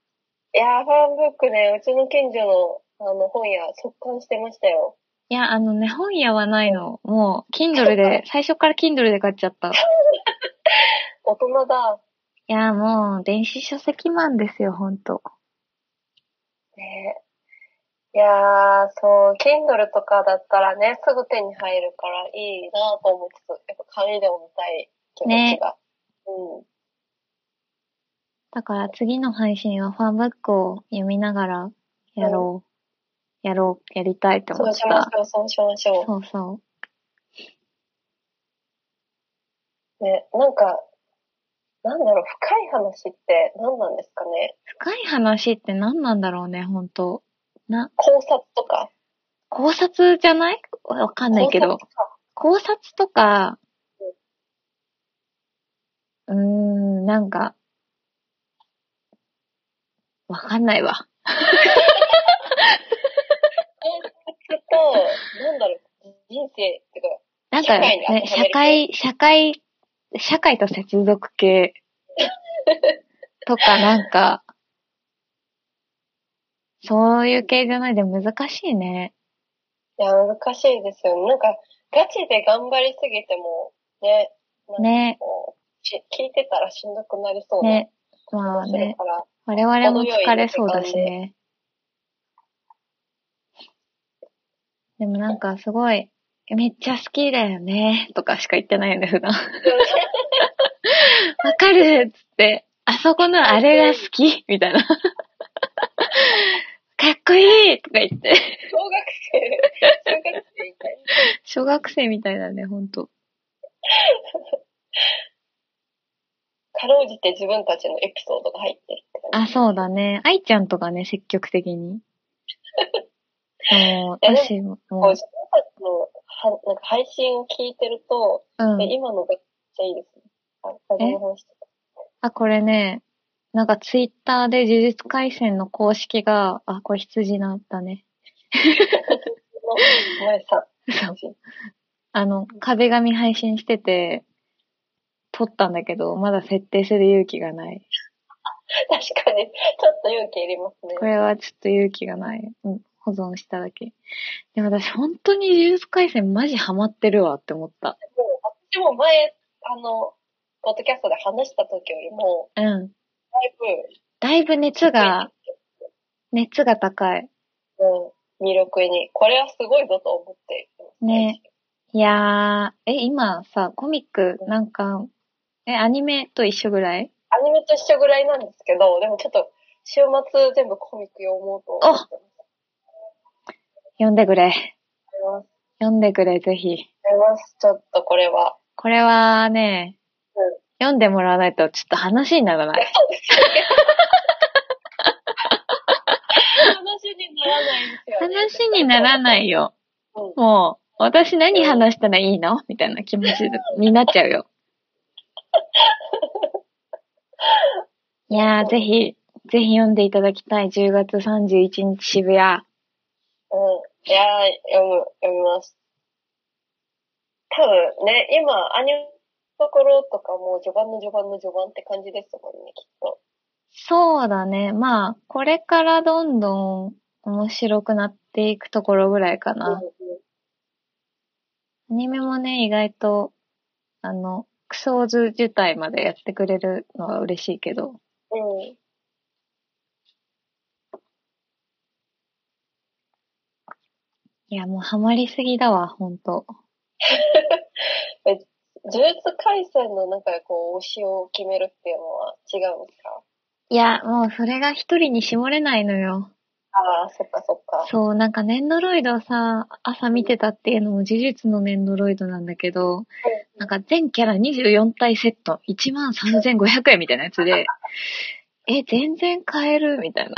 [SPEAKER 2] いやー、ファンブックね、うちの近所の、あの、本屋、速乾してましたよ。
[SPEAKER 1] いや、あのね、本屋はないの。もう、Kindle で、最初から Kindle で買っちゃった。い
[SPEAKER 2] 大人だ。
[SPEAKER 1] や、もう、電子書籍マンですよ、ほんと。
[SPEAKER 2] ねいやー、そう、Kindle とかだったらね、すぐ手に入るからいいなと思いつつ、やっぱ紙でも見たい気持ちが。うん。
[SPEAKER 1] だから次の配信はファンブックを読みながら、やろう、やろう、やりたいと
[SPEAKER 2] そ
[SPEAKER 1] 思
[SPEAKER 2] う
[SPEAKER 1] っ。
[SPEAKER 2] しましたょう、そうしましょう。
[SPEAKER 1] そうそう。
[SPEAKER 2] ね、なんか、なんだろう、深い話って何なんですかね。
[SPEAKER 1] 深い話って何なんだろうね、ほんと。な、
[SPEAKER 2] 考察とか。
[SPEAKER 1] 考察じゃないわかんないけど
[SPEAKER 2] 考。察か
[SPEAKER 1] 考察とか、うーん、なんか、わかんないわ。
[SPEAKER 2] ちょっと、なんだろう、人生っていうか、
[SPEAKER 1] なんか、ね、社
[SPEAKER 2] 社会
[SPEAKER 1] 会、社会、社会と接続系とかなんか、そういう系じゃないで難しいね。
[SPEAKER 2] いや、難しいですよね。なんか、ガチで頑張りすぎても、ね、なんか
[SPEAKER 1] ね、
[SPEAKER 2] こう、し聞いてたらしんどくなりそうな
[SPEAKER 1] ね。まあ
[SPEAKER 2] 話だ
[SPEAKER 1] ね、
[SPEAKER 2] から、
[SPEAKER 1] 我々も疲れそうだし
[SPEAKER 2] 程よい
[SPEAKER 1] ね。でもなんかすごい、めっちゃ好きだよね、とかしか言ってないよね、普段。わかるっつって、あそこのあれが好きみたいな。 (laughs) かっこいいとか言って。
[SPEAKER 2] 小学生、小学生みたいな。
[SPEAKER 1] 小学生みたいだね、ほんと。
[SPEAKER 2] かろうじて自分たちのエピソードが入ってるって感
[SPEAKER 1] あ、そうだね。愛ちゃんとかね、積極的 (laughs) に。もう、
[SPEAKER 2] えでも
[SPEAKER 1] 私も、
[SPEAKER 2] こう
[SPEAKER 1] も
[SPEAKER 2] 自分たちのはなんか配信を聞いてると、
[SPEAKER 1] う、うん
[SPEAKER 2] え。今のめっちゃいいですね。あ、この話とか
[SPEAKER 1] あ、これね、なんかツイッターで呪術廻戦の公式が、あ、これ羊なんだね。
[SPEAKER 2] の萌えさん。
[SPEAKER 1] そうあの、壁紙配信してて、撮ったんだけど、まだ設定する勇気がない。
[SPEAKER 2] 確かに、ちょっと勇気いりますね。
[SPEAKER 1] これはちょっと勇気がない。うん、保存しただけ。でも私本当に呪術廻戦マジハマってるわって思った。
[SPEAKER 2] もう私も前、あの、ポッドキャストで話した時よりも、
[SPEAKER 1] うん。
[SPEAKER 2] だいぶ、
[SPEAKER 1] だいぶ熱が、
[SPEAKER 2] う
[SPEAKER 1] 熱が高い。
[SPEAKER 2] ん、魅力に、これはすごいぞと思って。
[SPEAKER 1] ね。いやー、え、今さ、コミックなんか、え、アニメと一緒ぐらい
[SPEAKER 2] アニメと一緒ぐらいなんですけど、でもちょっと、週末全部コミック読もうと思って
[SPEAKER 1] 読んでくれ。
[SPEAKER 2] ます。
[SPEAKER 1] 読んでくれ、ぜひ。
[SPEAKER 2] 思います。ちょっとこれは。
[SPEAKER 1] これはね、
[SPEAKER 2] うん
[SPEAKER 1] 読んでもらわないとちょっと話にならない。
[SPEAKER 2] 話になならないんですよ、ね。
[SPEAKER 1] 話にならないよ。
[SPEAKER 2] うん。
[SPEAKER 1] もう、私何話したらいいのみたいな気持ちになっちゃうよ。いやー、ぜひ、ぜひ読んでいただきたい。10月31日渋谷。
[SPEAKER 2] うん。いやー、読む、読みます。多分ね、今、アニメのところとかも序盤の序盤の序盤って感じですもんね、きっと。
[SPEAKER 1] そうだね。まあ、これからどんどん面白くなっていくところぐらいかな。アニメもね、意外と、あの、クソーズ自体までやってくれるのは嬉しいけど。
[SPEAKER 2] うん。うん。
[SPEAKER 1] いや、もうハマりすぎだわ、ほんと。
[SPEAKER 2] 呪術廻戦の中でこう、推しを決めるっていうのは違うんですか
[SPEAKER 1] いや、もうそれが一人に絞れないのよ。
[SPEAKER 2] ああ、そっかそっか。
[SPEAKER 1] そう、なんかネンドロイドをさ、朝見てたっていうのも事実のネンドロイドなんだけど、なんか全キャラ24体セット、13,500円みたいなやつで、 (laughs) え、全然買えるみたいな。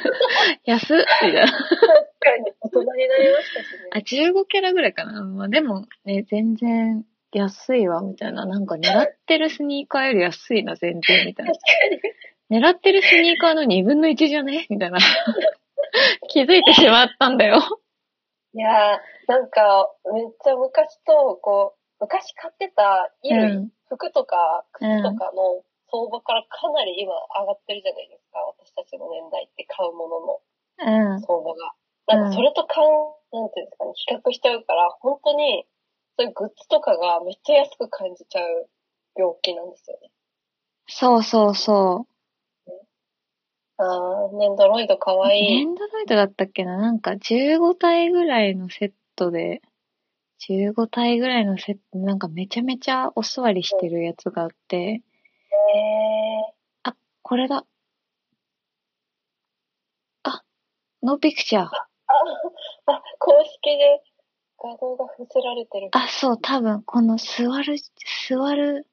[SPEAKER 1] (laughs) 安っみたいな。
[SPEAKER 2] 確かに、大人になりましたし
[SPEAKER 1] あ、
[SPEAKER 2] ね。
[SPEAKER 1] 15キャラぐらいかな。まあでもね、全然安いわ、みたいな。なんか狙ってるスニーカーより安いな、全然、みたいな
[SPEAKER 2] 確。かに。
[SPEAKER 1] 狙ってるスニーカーの2分の1じゃねみたいな。 (laughs) 気づいてしまったんだよ。
[SPEAKER 2] いやー、なんか、めっちゃ昔と、こう、昔買ってた衣類、
[SPEAKER 1] うん
[SPEAKER 2] 服とか靴とかの相場からかなり今上がってるじゃないですか。私たちの年代って買うもの
[SPEAKER 1] うん
[SPEAKER 2] の。相場が。なんかそれと買う、なんていうんですかね、比較しちゃうから、本当に、そういうグッズとかがめっちゃ安く感じちゃう病気なんですよね。
[SPEAKER 1] そうそうそう。
[SPEAKER 2] あー、ネンドロイドかわい
[SPEAKER 1] エ
[SPEAKER 2] い。
[SPEAKER 1] ンドライトだったっけななんか15体ぐらいのセットで、15体ぐらいのセット、なんかめちゃめちゃお座りしてるやつがあって、
[SPEAKER 2] え
[SPEAKER 1] これだ。あ、ノーピクチャー。
[SPEAKER 2] ー、あ、公式で画像が伏せられてる。
[SPEAKER 1] あ、そう、多分、この座る、座る、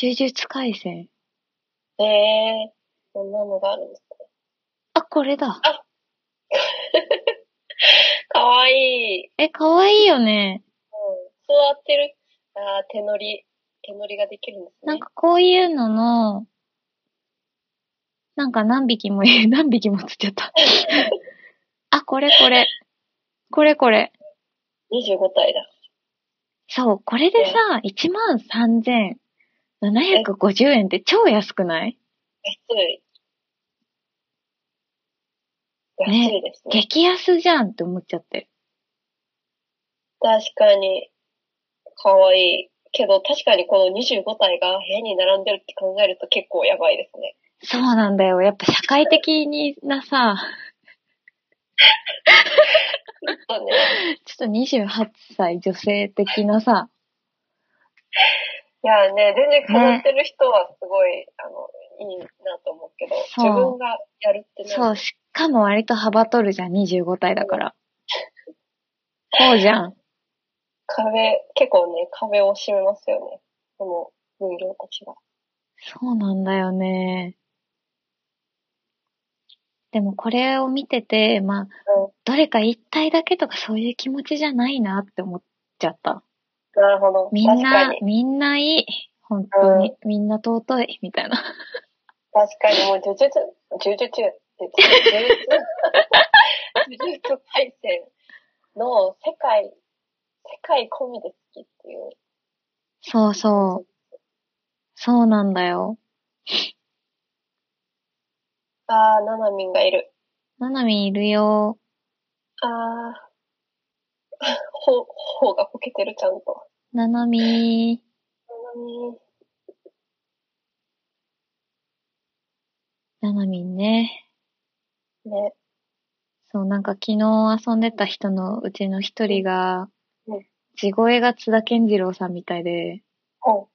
[SPEAKER 1] 呪術回戦。
[SPEAKER 2] ええー、そんなのがあるんですね。
[SPEAKER 1] あ、これだ。
[SPEAKER 2] かわいい。
[SPEAKER 1] え、かわいいよね。
[SPEAKER 2] 座ってる、あー手乗り、手乗りができるんですね。
[SPEAKER 1] なんかこういうのの、なんか何匹もいる、 (laughs) 何匹もつっちゃった。あ、これこれ。これこれ。
[SPEAKER 2] 25体だ。
[SPEAKER 1] そう、これでさ、13,750円って超安くない
[SPEAKER 2] 安い。安
[SPEAKER 1] ね
[SPEAKER 2] いですね。
[SPEAKER 1] 激安じゃんって思っちゃって。
[SPEAKER 2] 確かに、かわいい。けど、確かにこの25体が部屋に並んでるって考えると結構やばいですね。
[SPEAKER 1] そうなんだよ。やっぱ社会的になさ、
[SPEAKER 2] ちょっとね。
[SPEAKER 1] ちょっと28歳女性的なさ、
[SPEAKER 2] いやね、全然飾ってる人はすごい、あの、いいなと思うけど、
[SPEAKER 1] そう
[SPEAKER 2] 自分がやるって
[SPEAKER 1] そう、
[SPEAKER 2] う。
[SPEAKER 1] しかも割と幅取るじゃん、25体だから。こうじゃん。
[SPEAKER 2] 壁、結構ね、壁を締めますよね。この人形たちが。
[SPEAKER 1] そうなんだよね。でもこれを見てて、まあ、
[SPEAKER 2] うん
[SPEAKER 1] どれか一体だけとかそういう気持ちじゃないなって思っちゃった。
[SPEAKER 2] なるほど。
[SPEAKER 1] みん
[SPEAKER 2] 確か
[SPEAKER 1] な
[SPEAKER 2] に、。
[SPEAKER 1] みんないい。本当に、みんな尊い。みたいな。
[SPEAKER 2] 確かに、もう呪術、呪術、呪術、呪術、呪術対戦の世界、世界込みで好きっていう。
[SPEAKER 1] そうそう。そうなんだよ。
[SPEAKER 2] あー、ななみんがいる。
[SPEAKER 1] ななみんいるよ。
[SPEAKER 2] あー、ほ、ほがほけてる、ちゃんと。
[SPEAKER 1] ななみ
[SPEAKER 2] ななみん、
[SPEAKER 1] ななみんね。
[SPEAKER 2] ね。
[SPEAKER 1] そう、なんか昨日遊んでた人のうちの一人が
[SPEAKER 2] うん、
[SPEAKER 1] 地声が津田健次郎さんみたいで、
[SPEAKER 2] ほ、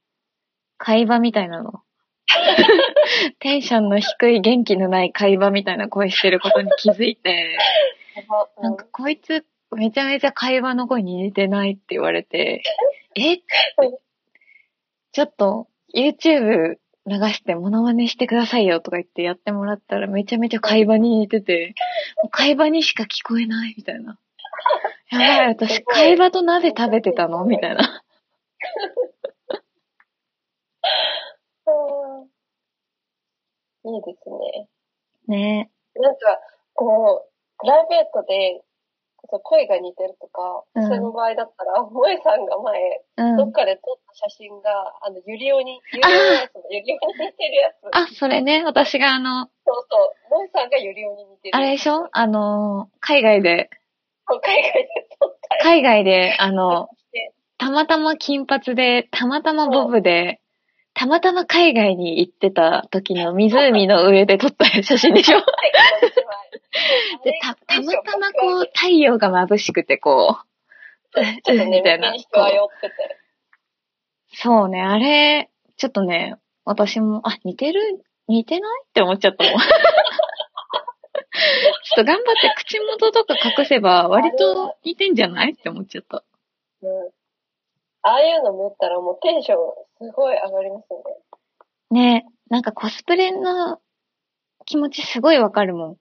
[SPEAKER 1] 会話みたいなの。 (laughs) テンションの低い元気のない会話みたいな声してることに気づいて、
[SPEAKER 2] やば、う
[SPEAKER 1] なんかこいつめちゃめちゃ会話の声に似てないって言われて、えちょっと YouTube 流してモノマネしてくださいよとか言ってやってもらったらめちゃめちゃ会話に似てて、もう会話にしか聞こえないみたいな。やばい、
[SPEAKER 2] す
[SPEAKER 1] 私
[SPEAKER 2] ごい
[SPEAKER 1] 会話と鍋食べてたのみたいな。
[SPEAKER 2] いいですね。
[SPEAKER 1] ね
[SPEAKER 2] なんか、こう、プライベートで、そう声が似てるとか、
[SPEAKER 1] うん
[SPEAKER 2] その場合だったら、萌えさんが前、
[SPEAKER 1] え。う
[SPEAKER 2] どっ
[SPEAKER 1] ん。
[SPEAKER 2] かで撮った写真が、あの、ゆりおに、ゆりおのやつ、ゆりおに似てるやつ。
[SPEAKER 1] あ、それね、私があの、
[SPEAKER 2] そうそう、萌えさんがゆりおに似てる。
[SPEAKER 1] あれでしょあの、海外で、
[SPEAKER 2] そう海外で撮ったやつ
[SPEAKER 1] 海外で、あの
[SPEAKER 2] ね、
[SPEAKER 1] たまたま金髪で、たまたまボブで、たまたま海外に行ってた時の湖の上で撮った写真でしょ
[SPEAKER 2] はいこの一枚
[SPEAKER 1] でた、たまたまこう、太陽が眩しくてこう、うん
[SPEAKER 2] ちょっとね、
[SPEAKER 1] みたいな
[SPEAKER 2] 右に人は寄ってて。
[SPEAKER 1] そうね、あれ、ちょっとね、私も、あ、似てる似てないって思っちゃったもん。ちょっ (laughs) と頑張って口元とか隠せば、割と似てんじゃないって思っちゃった。
[SPEAKER 2] うん。ああいうの持ったらもうテンションすごい上がりますよね。
[SPEAKER 1] ねなんかコスプレの気持ちすごいわかるも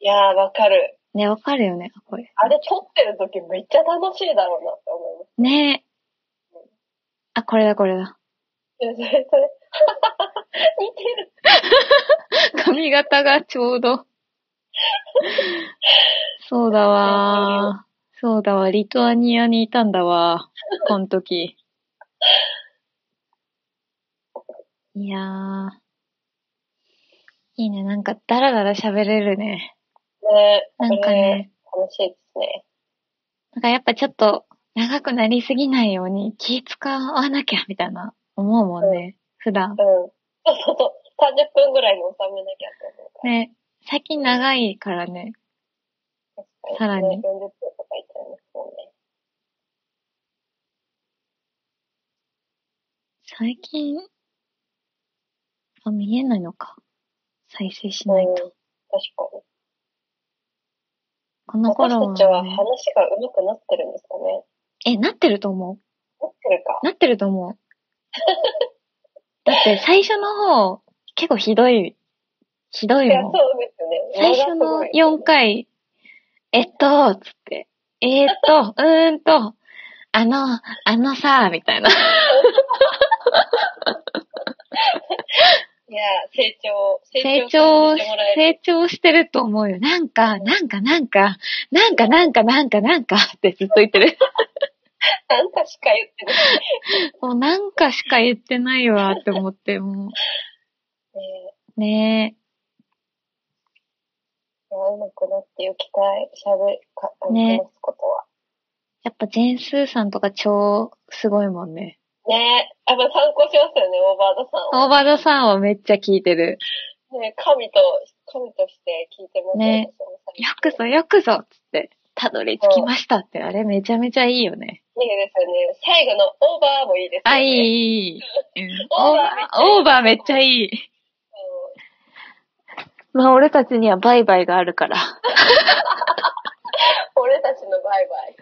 [SPEAKER 2] いやー、わかる。
[SPEAKER 1] ん。ね、わかるよね、これ。
[SPEAKER 2] あれ撮ってる時めっちゃ楽しいだろうなって思います。
[SPEAKER 1] ねあ、これだ、これだ。 (laughs)
[SPEAKER 2] (laughs) いやそれ、それ、似てる。
[SPEAKER 1] 髪型がちょう (laughs) ど。そうだわー。そうだわ。リトアニアにいたんだわ。この時。いやー。いいね。なんか、だらだら喋れるね。
[SPEAKER 2] ね
[SPEAKER 1] な
[SPEAKER 2] こ
[SPEAKER 1] んか
[SPEAKER 2] れ
[SPEAKER 1] ね、
[SPEAKER 2] 楽しいですね。
[SPEAKER 1] なんかやっぱちょっと、長くなりすぎないように気使わなきゃ、みたいな、思うもんね。普段
[SPEAKER 2] うん。。そうそうそう。30分ぐらいに収めなきゃって思うから。
[SPEAKER 1] ね。最近長いからね。
[SPEAKER 2] 確
[SPEAKER 1] さらに
[SPEAKER 2] 40分とかいっちゃいますもんね。
[SPEAKER 1] 最近、あ、見えないのか。再生しない
[SPEAKER 2] うん。
[SPEAKER 1] と。
[SPEAKER 2] 確かに。
[SPEAKER 1] この頃
[SPEAKER 2] 私
[SPEAKER 1] は、
[SPEAKER 2] たちは話
[SPEAKER 1] ね、
[SPEAKER 2] が上手くなってるんですかね。
[SPEAKER 1] え、なってると思
[SPEAKER 2] なってるか
[SPEAKER 1] う。。なってると思
[SPEAKER 2] (laughs)
[SPEAKER 1] う。だって最初の方、結構ひどい、ひど
[SPEAKER 2] い
[SPEAKER 1] い
[SPEAKER 2] や、そ
[SPEAKER 1] も。
[SPEAKER 2] うんですよね。
[SPEAKER 1] 最初の4回、
[SPEAKER 2] 回。
[SPEAKER 1] えっと、つって、えーっと、うーんと、あの、あのさ、みたいな。
[SPEAKER 2] いや、成長、
[SPEAKER 1] 成長
[SPEAKER 2] してもらえる。
[SPEAKER 1] 成長してると思うよ。なんか、なんか、なんか、なんか、なんか、なんか、なんかってずっと言ってる。
[SPEAKER 2] なんかしか言ってない。
[SPEAKER 1] もうなんかしか言ってないわって思って、も
[SPEAKER 2] ね
[SPEAKER 1] う。ね
[SPEAKER 2] え、いやうまくなっていきたい。喋る、か、あの
[SPEAKER 1] ね
[SPEAKER 2] 話すことは。
[SPEAKER 1] え。やっぱジェンスーさんとか超すごいもんね。
[SPEAKER 2] ねえ、やっぱ参考しますよね、オーバードさん
[SPEAKER 1] オーバードさんはめっちゃ聞いてる。
[SPEAKER 2] を。ねえ神と、神として聞いてます
[SPEAKER 1] ね
[SPEAKER 2] 私も最
[SPEAKER 1] よ
[SPEAKER 2] 近
[SPEAKER 1] くぞよくぞっつって、たどり着きましたって、あれめちゃめちゃいいよね。
[SPEAKER 2] いいですよね。最後のオーバーもいいですよね。
[SPEAKER 1] あ、い
[SPEAKER 2] い。
[SPEAKER 1] い、 (laughs) いい、うん
[SPEAKER 2] オ
[SPEAKER 1] オー
[SPEAKER 2] ーバ
[SPEAKER 1] バ
[SPEAKER 2] ー
[SPEAKER 1] ー、オーバーめっちゃいい。まあ俺たちにはバイバイがあるから。
[SPEAKER 2] 俺たちのバイバイ。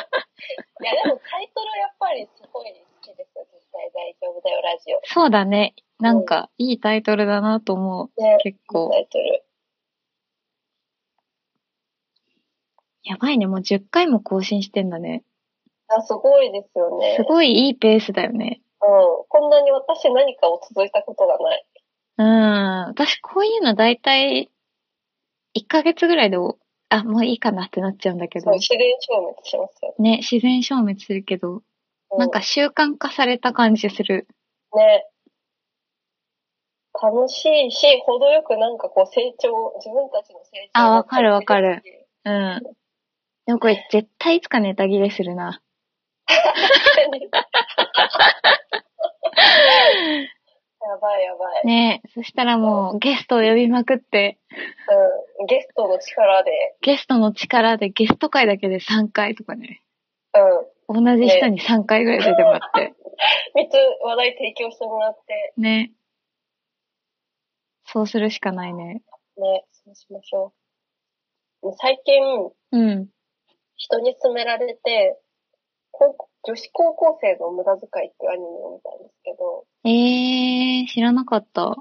[SPEAKER 1] (laughs)
[SPEAKER 2] いや、でもタイトルやっぱりすごい好きですよ。絶対大丈夫だよ、ラジオ。
[SPEAKER 1] そうだね。なんか、いいタイトルだなと思う。
[SPEAKER 2] ね
[SPEAKER 1] 結構
[SPEAKER 2] タ。イトル。
[SPEAKER 1] やばいね。もう10回も更新してんだね。
[SPEAKER 2] あ、すごいですよね。
[SPEAKER 1] すごいいいペースだよね。
[SPEAKER 2] うん。こんなに私何かを続いたことがない。
[SPEAKER 1] うん。私、こういうの大体、1ヶ月ぐらいでお、あ、もういいかなってなっちゃうんだけど
[SPEAKER 2] そう、。自然消滅しますよ。
[SPEAKER 1] ね、自然消滅するけど、
[SPEAKER 2] う
[SPEAKER 1] なんか習慣化された感じする。
[SPEAKER 2] ね。楽しいし、程よくなんかこう成長、自分たちの成長
[SPEAKER 1] あ
[SPEAKER 2] が
[SPEAKER 1] わかるわ
[SPEAKER 2] (laughs)
[SPEAKER 1] かる
[SPEAKER 2] 感じるし。
[SPEAKER 1] うん。でもこれ、絶対いつかネタ切れするな。
[SPEAKER 2] やばいやばい。
[SPEAKER 1] ね、そしたらもう、ゲストを呼びまくって、
[SPEAKER 2] うん。ゲストの力で、
[SPEAKER 1] ゲストの力でゲスト回だけで3回とかね。
[SPEAKER 2] うん。
[SPEAKER 1] 同じ人に3回ぐらい出てもら
[SPEAKER 2] (laughs)
[SPEAKER 1] って。
[SPEAKER 2] 三つ話題提供してもらって、
[SPEAKER 1] ね。そうするしかないね。
[SPEAKER 2] ね、そうしましょう。最近、
[SPEAKER 1] うん。
[SPEAKER 2] 人に勧められて、こ女子高校生の無駄遣いっていうアニメを見たんですけど、
[SPEAKER 1] えー、知らなかった。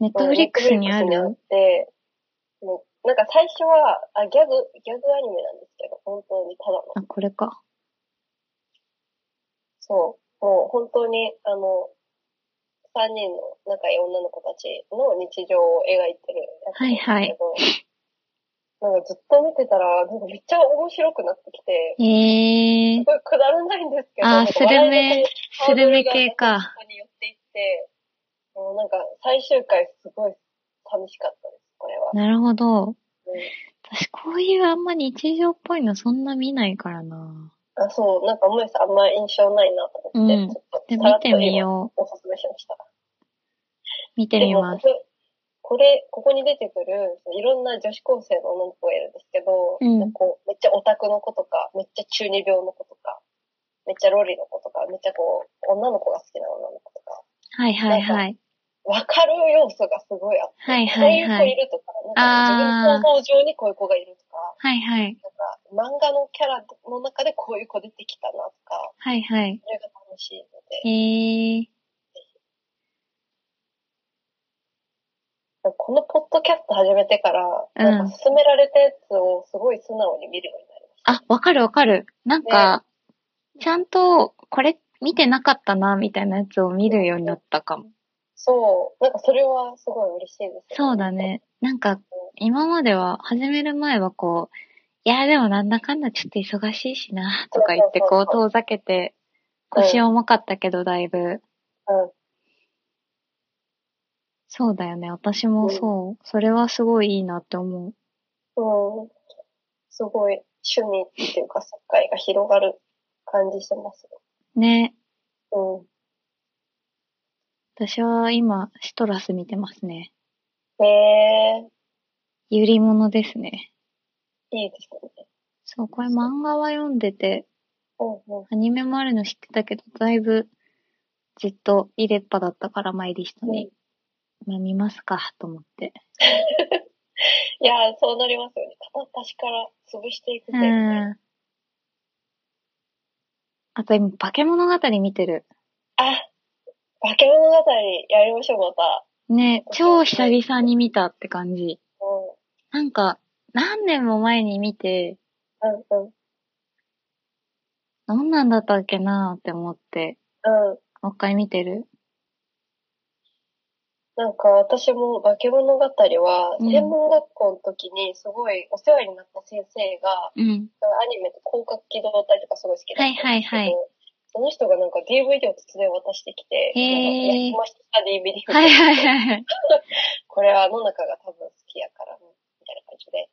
[SPEAKER 1] ネットフリックスにあ
[SPEAKER 2] ネットフリッ
[SPEAKER 1] る
[SPEAKER 2] クスにあって、もうなんか最初はあギャグ、ギャグアニメなんですけど、本当にただの。
[SPEAKER 1] あ、これか。
[SPEAKER 2] そう。もう本当に、あの、三人の仲良い女の子たちの日常を描いてるやつなんですけど、なんかずっと見てたら、なんかめっちゃ面白くなってきて、
[SPEAKER 1] えー
[SPEAKER 2] す、ごいくだらないんですけど、
[SPEAKER 1] あー
[SPEAKER 2] なんか
[SPEAKER 1] スルメ
[SPEAKER 2] 笑いの
[SPEAKER 1] スルメ系か。
[SPEAKER 2] ここに寄っていって、もうなんか最終回すごい寂しかったです、これは。
[SPEAKER 1] なるほど。
[SPEAKER 2] うん
[SPEAKER 1] 私、こういうあんま日常っぽいのそんな見ないからな。
[SPEAKER 2] あそう、なんか萌えさんあんま印象ないなと思って、
[SPEAKER 1] うん
[SPEAKER 2] ちょっ
[SPEAKER 1] で、
[SPEAKER 2] とさ
[SPEAKER 1] 見
[SPEAKER 2] らっと
[SPEAKER 1] てみ
[SPEAKER 2] 今
[SPEAKER 1] よう。
[SPEAKER 2] おすすめしました。
[SPEAKER 1] 見てみます。
[SPEAKER 2] でもこれ、ここに出てくる、そのいろんな女子高生の女の子がいるんですけど、
[SPEAKER 1] うん
[SPEAKER 2] なんかこうめっちゃオタクの子とか、めっちゃ中二病の子とか、めっちゃロリの子とか、めっちゃこう、女の子が好きな女の子とか、
[SPEAKER 1] はいはいはい。
[SPEAKER 2] わかる要素がすごいあって、
[SPEAKER 1] はいはいはい
[SPEAKER 2] こういう子いるとか、なんか自分の想像上にこういう子がいるとか、
[SPEAKER 1] はいはい。
[SPEAKER 2] なんか漫画のキャラの中でこういう子出てきたなとか、
[SPEAKER 1] はいはい。
[SPEAKER 2] それが楽しいので、
[SPEAKER 1] えー、
[SPEAKER 2] このポッドキャスト始めてから、
[SPEAKER 1] うん
[SPEAKER 2] なんか勧められたやつをすごい素直に見るようになりました。
[SPEAKER 1] あ、わかるわかる。なんか、ちゃんと、これ見てなかったな、みたいなやつを見るようになったかも。
[SPEAKER 2] そう。なんかそれはすごい嬉しいです、
[SPEAKER 1] そうだ。ね。なんか、今までは、始める前はこう、いや、でもなんだかんだちょっと忙しいしな、とか言って、
[SPEAKER 2] そう
[SPEAKER 1] こ
[SPEAKER 2] そう
[SPEAKER 1] う、
[SPEAKER 2] そうそ
[SPEAKER 1] 遠ざけて、腰重かったけど、だいぶ。
[SPEAKER 2] うん。
[SPEAKER 1] そうだよね。私もそう。それはすごいいいなって思う。
[SPEAKER 2] うん。すごい趣味っていうか世界が広がる感じしてます。
[SPEAKER 1] ね。
[SPEAKER 2] うん。
[SPEAKER 1] 私は今、シトラス見てますね。
[SPEAKER 2] へえ
[SPEAKER 1] ゆりものですね。
[SPEAKER 2] ー、いいですね。
[SPEAKER 1] そう、これ漫画は読んでて、
[SPEAKER 2] うんうん。
[SPEAKER 1] アニメもあるの知ってたけど、だいぶずっと入れっぱだったから、マイリストに。まあ見ますか、と思って。
[SPEAKER 2] いやー、そうなりますよね。片っ端から潰していく
[SPEAKER 1] う
[SPEAKER 2] というね。
[SPEAKER 1] ん。あと今、化け物語見てる。
[SPEAKER 2] あ、化け物語やりましょう、また。
[SPEAKER 1] ね、超久々に見たって感じ。
[SPEAKER 2] う
[SPEAKER 1] なんか、何年も前に見て、
[SPEAKER 2] ん。うんうん。
[SPEAKER 1] どんなんだったっけなーって思って、
[SPEAKER 2] うん。
[SPEAKER 1] もう一回見てる。
[SPEAKER 2] なんか私も化け物語は、
[SPEAKER 1] うん
[SPEAKER 2] 専門学校の時にすごいお世話になった先生が、
[SPEAKER 1] うん。
[SPEAKER 2] アニメと広角機動隊とかすごい好きだったんですけど、
[SPEAKER 1] はいはいはい
[SPEAKER 2] その人がなんか DVD を突然渡してきて、
[SPEAKER 1] へー
[SPEAKER 2] なんか焼きました DVD みたいな
[SPEAKER 1] はいはいはいはい。
[SPEAKER 2] これはあの中が多分好きやから、みたいな感じで、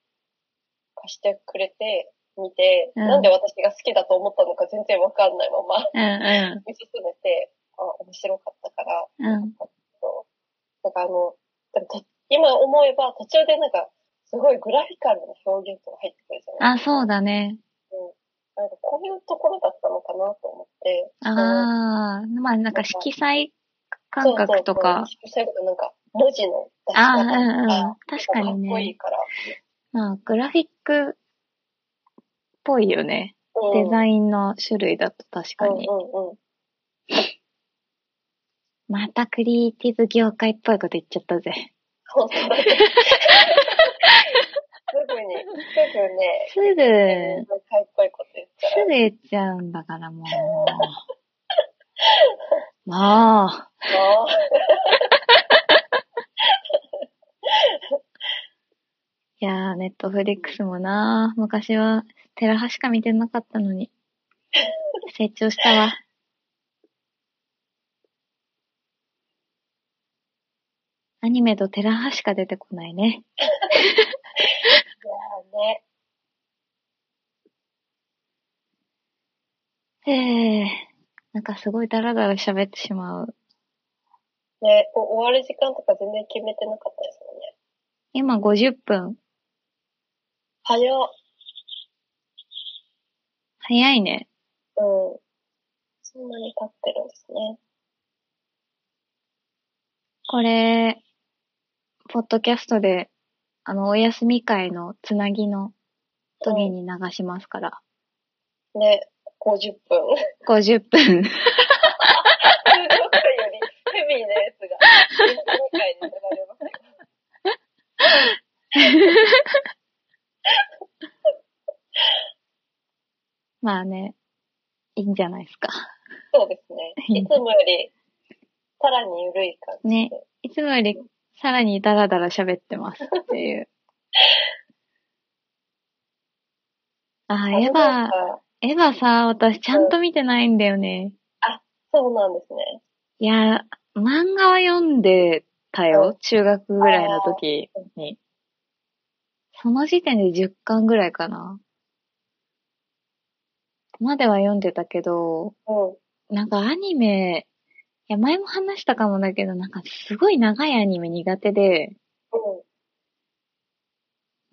[SPEAKER 2] 貸してくれて、見て、
[SPEAKER 1] うん
[SPEAKER 2] なんで私が好きだと思ったのか全然わかんないまま、
[SPEAKER 1] うんう
[SPEAKER 2] 見進めて、あ、面白かったから、
[SPEAKER 1] ん。うん。
[SPEAKER 2] そう。なんかあの、でもと今思えば途中でなんか、すごいグラフィカルな表現とか入ってくるじゃな
[SPEAKER 1] あ、
[SPEAKER 2] い
[SPEAKER 1] そうだね。
[SPEAKER 2] なんかこういうところだったのかなと思って。
[SPEAKER 1] ああ、まあなんか色彩感覚とか、
[SPEAKER 2] そうそうそう色彩とかなんか、文字の出し
[SPEAKER 1] ああ、
[SPEAKER 2] 方
[SPEAKER 1] う
[SPEAKER 2] と
[SPEAKER 1] ん
[SPEAKER 2] か、
[SPEAKER 1] うん。確か
[SPEAKER 2] か
[SPEAKER 1] に
[SPEAKER 2] っこいい
[SPEAKER 1] ね。
[SPEAKER 2] から。
[SPEAKER 1] まあ、グラフィックっぽいよね。
[SPEAKER 2] うん
[SPEAKER 1] デザインの種類だと確かに
[SPEAKER 2] う。んうんうん。
[SPEAKER 1] またクリエイティブ業界っぽいこと言っちゃったぜ。
[SPEAKER 2] 本当だね。 (laughs) すぐに、す
[SPEAKER 1] (laughs)
[SPEAKER 2] ぐね、
[SPEAKER 1] すぐ、す
[SPEAKER 2] かっこいいこと言ったら、
[SPEAKER 1] ぐ言っちゃうんだから (laughs) もう。もう。
[SPEAKER 2] もう
[SPEAKER 1] いやー、ネットフリックスもなー、昔はテラハしか見てなかったのに。成長したわ。アニメとテラハしか出てこないね。
[SPEAKER 2] いやね。
[SPEAKER 1] へー。なんかすごいダラダラ喋ってしまう。
[SPEAKER 2] ね、お終わる時間とか全然決めてなかったですもんね。
[SPEAKER 1] 今50分。
[SPEAKER 2] 早っ。
[SPEAKER 1] 早いね。
[SPEAKER 2] うん。そんなに経ってるんですね。
[SPEAKER 1] これ、ポッドキャストで、あの、お休み会のつなぎの時に流しますから。
[SPEAKER 2] ね、 50分。
[SPEAKER 1] (laughs) 50分。
[SPEAKER 2] 通常回よりヘビーなやつ
[SPEAKER 1] (laughs)
[SPEAKER 2] が、2回に流れます。
[SPEAKER 1] まあね、いいんじゃないですか。
[SPEAKER 2] そうですね。いつもより、さらに緩い感じで。
[SPEAKER 1] ねいつもよりさらにダラダラ喋ってますっていう。あー、エ
[SPEAKER 2] あ
[SPEAKER 1] ヴ
[SPEAKER 2] のなん
[SPEAKER 1] ァ、
[SPEAKER 2] か
[SPEAKER 1] エヴァさ、私ちゃんと見てないんだよね。
[SPEAKER 2] そうなんですね。
[SPEAKER 1] いやー、漫画は読んでた
[SPEAKER 2] う
[SPEAKER 1] よ。中学ぐらいの時に。その時点で10巻ぐらいかな。までは読んでたけど、
[SPEAKER 2] うん。
[SPEAKER 1] なんかアニメ、いや、前も話したかもだけど、なんかすごい長いアニメ苦手で、
[SPEAKER 2] う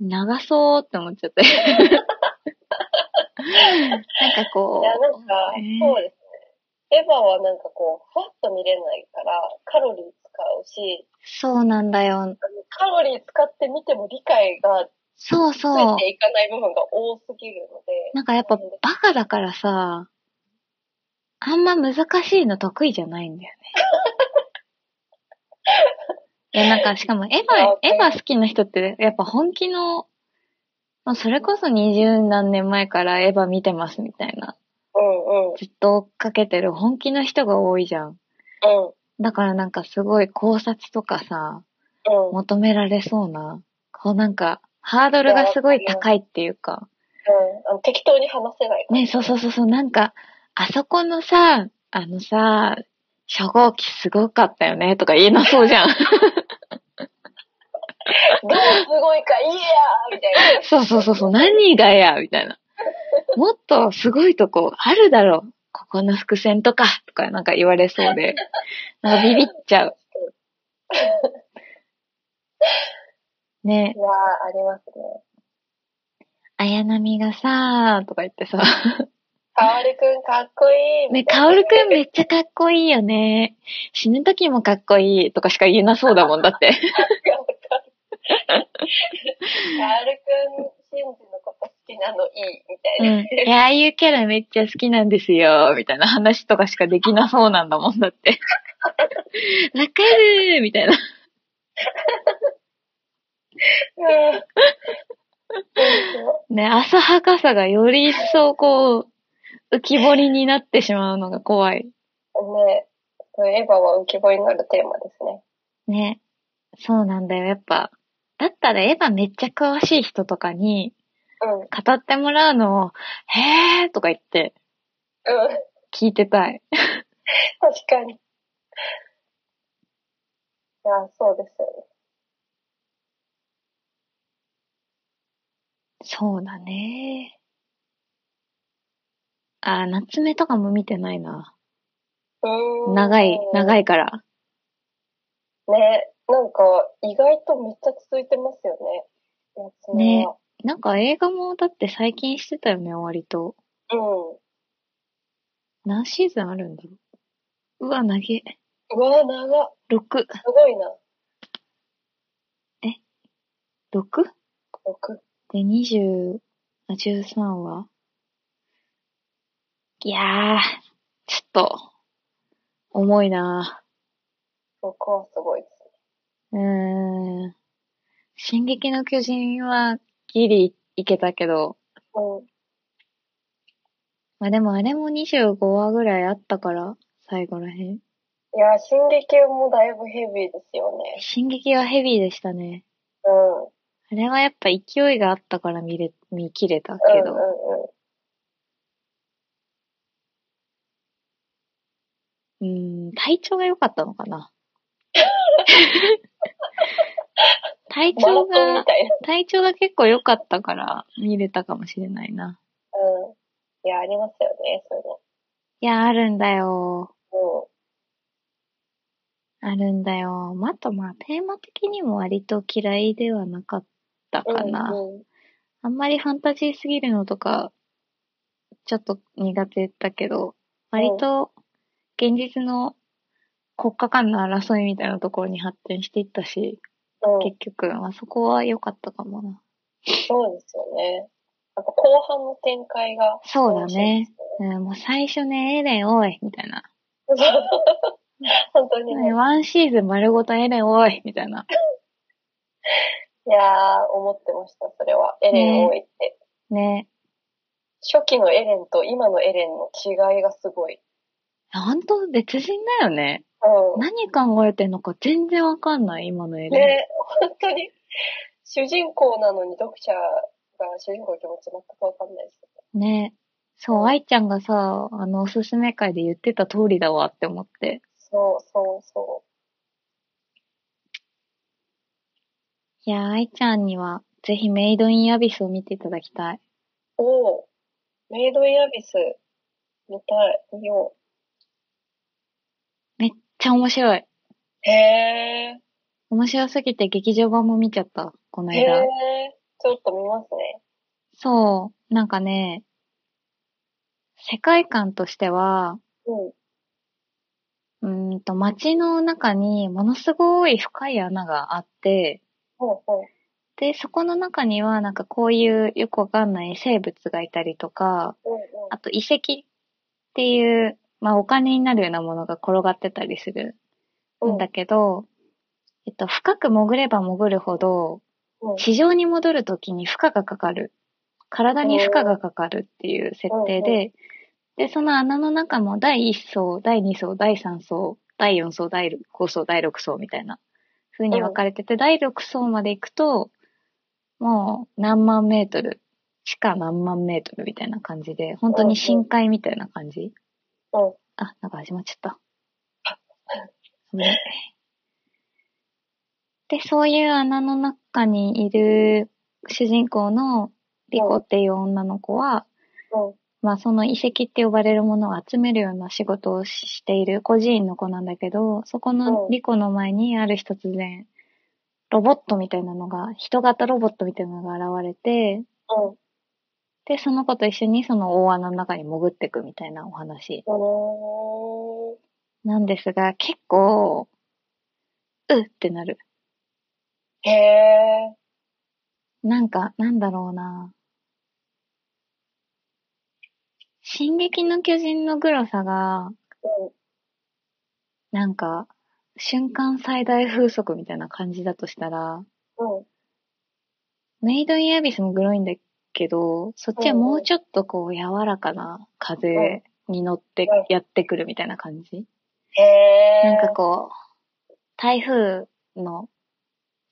[SPEAKER 2] ん。
[SPEAKER 1] 長そうって思っちゃって。なんかこ
[SPEAKER 2] いや、なんか、
[SPEAKER 1] えー
[SPEAKER 2] そうですね。エヴァはなんかこう、ふわっと見れないから、カロリー使うし、
[SPEAKER 1] う、そうなんだよ。
[SPEAKER 2] カロリー使ってみても理解が
[SPEAKER 1] そう
[SPEAKER 2] つ
[SPEAKER 1] そう
[SPEAKER 2] い。ていかない部分が多すぎるので。
[SPEAKER 1] なんかやっぱ
[SPEAKER 2] うん
[SPEAKER 1] バカだからさ、あんま難しいの得意じゃないんだよ
[SPEAKER 2] (laughs)
[SPEAKER 1] ね。いや、なんかしかもエヴ
[SPEAKER 2] あわ
[SPEAKER 1] ァ
[SPEAKER 2] か、る
[SPEAKER 1] エヴァ好きな人ってやっぱ本気の、まあ、それこそ二十何年前からエヴァ見てますみたいな、
[SPEAKER 2] うんうん。
[SPEAKER 1] ずっと追っかけてる本気の人が多いじゃん。
[SPEAKER 2] う
[SPEAKER 1] だからなんかすごい考察とかさ、
[SPEAKER 2] ん。うん。
[SPEAKER 1] 求められそうな、こうなんか、ハードルがすごい高いっていうか、
[SPEAKER 2] あの適当に話せないから。
[SPEAKER 1] ね、そうそうそうそう、なんか、あそこのさ、あのさ、初号機すごかったよねとか言えなそうじゃん。
[SPEAKER 2] どうすごいか、いやーみたいな。
[SPEAKER 1] そうそうそうそう、何がや、みたいな。もっとすごいとこあるだろう。ここの伏線とか、とかなんか言われそうで。なんかビビっちゃう。ね
[SPEAKER 2] いやー、ありますね。
[SPEAKER 1] 綾波がさ、とか言ってさ。
[SPEAKER 2] カオルくんかっこいい。
[SPEAKER 1] ね、カオルくんめっちゃかっこいいよね。死ぬ時もかっこいいとかしか言えなそうだもんだって。
[SPEAKER 2] がわかる。カールくん、シンジのこと好きなのいい、みた
[SPEAKER 1] う
[SPEAKER 2] いな。 (laughs)
[SPEAKER 1] ん。いや、ああいうキャラめっちゃ好きなんですよ、みたいな話とかしかできなそうなんだもんだって。わかるーみたいな。
[SPEAKER 2] うん。
[SPEAKER 1] ね、浅はかさがより一層こう、浮き彫りになってしまうのが怖い。
[SPEAKER 2] ねこれエヴァは浮き彫りになるテーマですね。
[SPEAKER 1] ね。そうなんだよ、やっぱ。だったらエヴァめっちゃ詳しい人とかに
[SPEAKER 2] うん。うん。
[SPEAKER 1] 語ってもらうのを、へーとか言って聞いてたい。
[SPEAKER 2] 確かに。いや、そうですよね。
[SPEAKER 1] そうだね。あー、夏目とかも見てないな。
[SPEAKER 2] うーん。
[SPEAKER 1] 長い、長いから。
[SPEAKER 2] ねなんか、意外とめっちゃ続いてますよね。夏目は。
[SPEAKER 1] なんか映画もだって最近してたよね、割と。
[SPEAKER 2] うん。
[SPEAKER 1] 何シーズンあるんだろう。うわ、投げ。
[SPEAKER 2] うわ、長っ。
[SPEAKER 1] 6、
[SPEAKER 2] すごいな。
[SPEAKER 1] 6?
[SPEAKER 2] 6。
[SPEAKER 1] で、20、あ、13話。いやー、ちょっと、重いな
[SPEAKER 2] 6はすごいですね。
[SPEAKER 1] うーん。進撃の巨人はギリいけたけど、
[SPEAKER 2] うん。
[SPEAKER 1] まあでもあれも25話ぐらいあったから、最後らへん。
[SPEAKER 2] いや、進撃もだいぶヘビーですよね。
[SPEAKER 1] 進撃はヘビーでしたね。
[SPEAKER 2] うん。
[SPEAKER 1] あれはやっぱ勢いがあったから見れ、見切れたけ
[SPEAKER 2] うんうん
[SPEAKER 1] ど。
[SPEAKER 2] うん。
[SPEAKER 1] うーん、体調が良かったのか
[SPEAKER 2] (laughs)
[SPEAKER 1] な。体
[SPEAKER 2] マラ
[SPEAKER 1] 調
[SPEAKER 2] ソンみ
[SPEAKER 1] が、
[SPEAKER 2] たいな。
[SPEAKER 1] 体調が結構良かったから見れたかもしれないな。
[SPEAKER 2] うん。いや、ありますよね、そうい
[SPEAKER 1] いや、あるんだよ。
[SPEAKER 2] うの。
[SPEAKER 1] あるんだよ。まああとまあ、テーマ的にも割と嫌いではなかった
[SPEAKER 2] うん。
[SPEAKER 1] かな。
[SPEAKER 2] うんうん
[SPEAKER 1] あんまりファンタジーすぎるのとか、ちょっと苦手だけど、割と現実の国家間の争いみたいなところに発展していったし、
[SPEAKER 2] うん
[SPEAKER 1] 結局、まあそこは良かったかもな。
[SPEAKER 2] そうですよね。やっぱ後半の展開が。
[SPEAKER 1] そうだね。うん、もう最初ね、エレンおい、みたいな。
[SPEAKER 2] (laughs) 本当にね。
[SPEAKER 1] ワンシーズン丸ごとエレンおい、みたいな。
[SPEAKER 2] いやー、思ってました、それは。エレンを置いて。
[SPEAKER 1] ね。
[SPEAKER 2] 初期のエレンと今のエレンの違いがすごい。
[SPEAKER 1] ほんと別人だよね。
[SPEAKER 2] う
[SPEAKER 1] 何考えてんのか全然わかんない、今のエ
[SPEAKER 2] ん。
[SPEAKER 1] レン。
[SPEAKER 2] ね、本当に。主人公なのに読者が主人公の気持ち全くわかんないです。
[SPEAKER 1] ね。そうう、
[SPEAKER 2] ん
[SPEAKER 1] 愛ちゃんがさ、あの、おすすめ会で言ってた通りだわって思って。
[SPEAKER 2] そうそうそ
[SPEAKER 1] いやー、愛ちゃんには、ぜひメイドインアビスを見ていただきたい。
[SPEAKER 2] う。おおメイドインアビス、見たい、見よ
[SPEAKER 1] めっちゃ面白い。
[SPEAKER 2] う。へー。
[SPEAKER 1] 面白すぎて劇場版も見ちゃった、この
[SPEAKER 2] へ
[SPEAKER 1] 間。
[SPEAKER 2] ー。ちょっと見ますね。
[SPEAKER 1] そう、なんかね、世界観としては、
[SPEAKER 2] う
[SPEAKER 1] う
[SPEAKER 2] ん。
[SPEAKER 1] ーんと、街の中にものすごい深い穴があって、
[SPEAKER 2] ほうほう。
[SPEAKER 1] で、そこの中にはなんかこういうよくわかんない生物がいたりとか、
[SPEAKER 2] うんうん。
[SPEAKER 1] あと遺跡っていう、まあお金になるようなものが転がってたりする
[SPEAKER 2] うん
[SPEAKER 1] んだけど、えっと、深く潜れば潜るほど、
[SPEAKER 2] うん
[SPEAKER 1] 地上に戻るときに負荷がかかる。体に負荷がかかるっていう設定
[SPEAKER 2] うん
[SPEAKER 1] で、で、その穴の中も第1層、第2層、第3層、第4層、第5層、第6層みたいな風に分かれてて、第6層まで行くと、もう何万メートル、地下何万メートルみたいな感じで、本当に深海みたいな感じ。
[SPEAKER 2] うん
[SPEAKER 1] あ、なんか始まっちゃった。危ないで、そういう穴の中にいる主人公のリコっていう女の子は、
[SPEAKER 2] うん。
[SPEAKER 1] まあその遺跡って呼ばれるものを集めるような仕事をししている孤児院の子なんだけど、そこの
[SPEAKER 2] うん
[SPEAKER 1] リコの前にある日突然、ロボットみたいなのが、人型ロボットみたいなのが現れて、
[SPEAKER 2] うん。
[SPEAKER 1] で、その子と一緒にその大穴の中に潜っていくみたいなお話
[SPEAKER 2] う
[SPEAKER 1] なんですが、結構、うってなる。
[SPEAKER 2] ーん。へー。
[SPEAKER 1] なんか、なんだろうな。進撃の巨人のグロさが、
[SPEAKER 2] うん。
[SPEAKER 1] なんか、瞬間最大風速みたいな感じだとしたら、
[SPEAKER 2] うん。
[SPEAKER 1] メイドインアビスもグロいんだけど、そっちは
[SPEAKER 2] うんうん
[SPEAKER 1] もうちょっとこう柔らかな風に乗って
[SPEAKER 2] うん
[SPEAKER 1] やってくるみたいな感じ。
[SPEAKER 2] へー。
[SPEAKER 1] なんかこう、台風の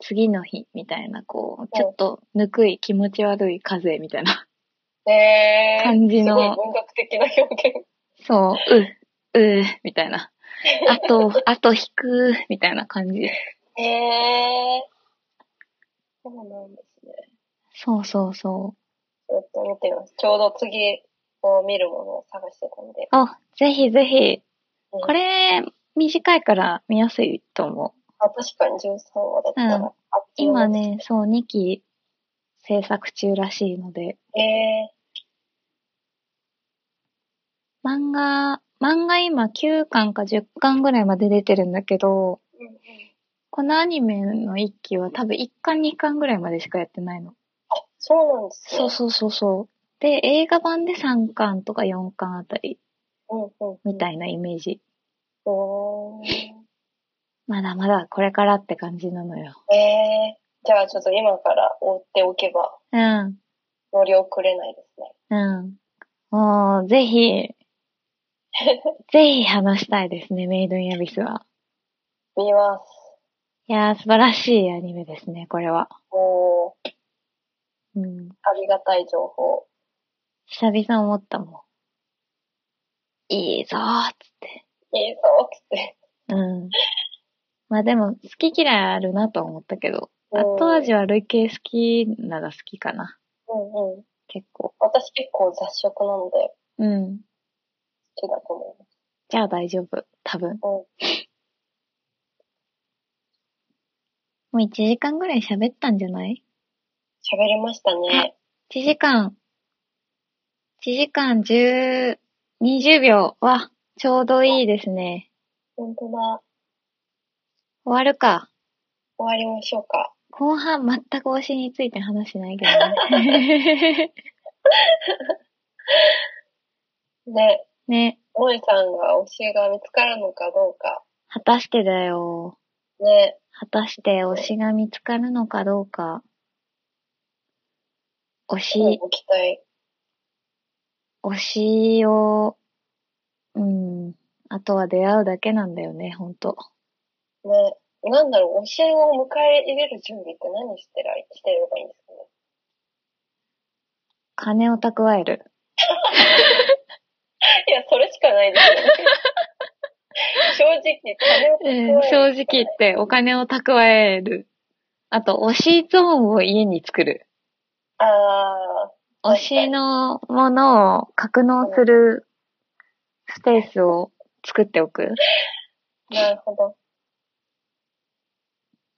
[SPEAKER 1] 次の日みたいな、こう、ちょっとぬくい気持ち悪い風みたいな。
[SPEAKER 2] へー。
[SPEAKER 1] 感じの
[SPEAKER 2] すごい文学的な表現。
[SPEAKER 1] そう、う、う、みたいな。あと、あと引く、みたいな感じ。
[SPEAKER 2] へー。そうなんですね。
[SPEAKER 1] そうそうそ
[SPEAKER 2] ちょっと見てみます。ちょうど次を見るものを探してたんで。
[SPEAKER 1] う。あ、ぜひぜひ。
[SPEAKER 2] うん
[SPEAKER 1] これ、短いから見やすいと思う。
[SPEAKER 2] あ、確かに13話だったら、
[SPEAKER 1] うん
[SPEAKER 2] あ
[SPEAKER 1] 今。ね、そう、2期制作中らしいので、
[SPEAKER 2] へえ
[SPEAKER 1] 漫画、漫画今9巻か10巻ぐらいまで出てるんだけど、
[SPEAKER 2] ー。うんうん
[SPEAKER 1] このアニメの1期は多分1巻2巻ぐらいまでしかやってないの。
[SPEAKER 2] そうなんですね。
[SPEAKER 1] そうそうそうそう。で、映画版で3巻とか4巻あたり
[SPEAKER 2] うんうん。
[SPEAKER 1] みた
[SPEAKER 2] い。
[SPEAKER 1] いなイメージ。
[SPEAKER 2] おー
[SPEAKER 1] まだまだこれからって感じなのよ。
[SPEAKER 2] へえー。じゃあちょっと今から追っておけば
[SPEAKER 1] うん。
[SPEAKER 2] 乗り遅れないですね。
[SPEAKER 1] うん。もう、ぜ (laughs) ひ、ぜひ話したいですね、メイドインアビスは。
[SPEAKER 2] 見ます。
[SPEAKER 1] いやー、素晴らしいアニメですね、これは。
[SPEAKER 2] おー。
[SPEAKER 1] うん。
[SPEAKER 2] ありがたい情報。
[SPEAKER 1] 久々思ったもん。いいぞー、つって。
[SPEAKER 2] いいぞ、つって。
[SPEAKER 1] うん。まあでも、好き嫌いあるなとは思ったけど、
[SPEAKER 2] うん
[SPEAKER 1] 後味は累計好きなら好きかな、
[SPEAKER 2] うんうん。
[SPEAKER 1] 結構。
[SPEAKER 2] 私結構雑食なので
[SPEAKER 1] うん。
[SPEAKER 2] 好きだと思います。
[SPEAKER 1] じゃあ大丈夫、多分。
[SPEAKER 2] うん。
[SPEAKER 1] もう1時間ぐらい喋ったんじゃない
[SPEAKER 2] 喋りましたね。
[SPEAKER 1] 1時間、1時間10、20秒はちょうどいいですね。
[SPEAKER 2] 本当だ。
[SPEAKER 1] 終わるか。
[SPEAKER 2] 終わりましょうか。
[SPEAKER 1] 後半全く推しについて話してないけどね。
[SPEAKER 2] ね、
[SPEAKER 1] (laughs) ね、
[SPEAKER 2] 萌えさんが教えが見つかるのかどうか。
[SPEAKER 1] 果たしてだよ。
[SPEAKER 2] ね、
[SPEAKER 1] 果たして推しが見つかるのかどうか。推し、
[SPEAKER 2] ご期待。
[SPEAKER 1] 推しを、うん、あとは出会うだけなんだよね、ほんと。
[SPEAKER 2] ね、なんだろう、教えを迎え入れる準備って何してらしてればいいんですかね。
[SPEAKER 1] 金を蓄える。
[SPEAKER 2] (laughs) いや、それしかないですよ (laughs) ね。正直、金を蓄える
[SPEAKER 1] うん正直言ってお金を蓄える。あと、推しゾーンを家に作る。
[SPEAKER 2] あ
[SPEAKER 1] 推しのものを格納するスペースを作っておく。
[SPEAKER 2] ー、なるほど。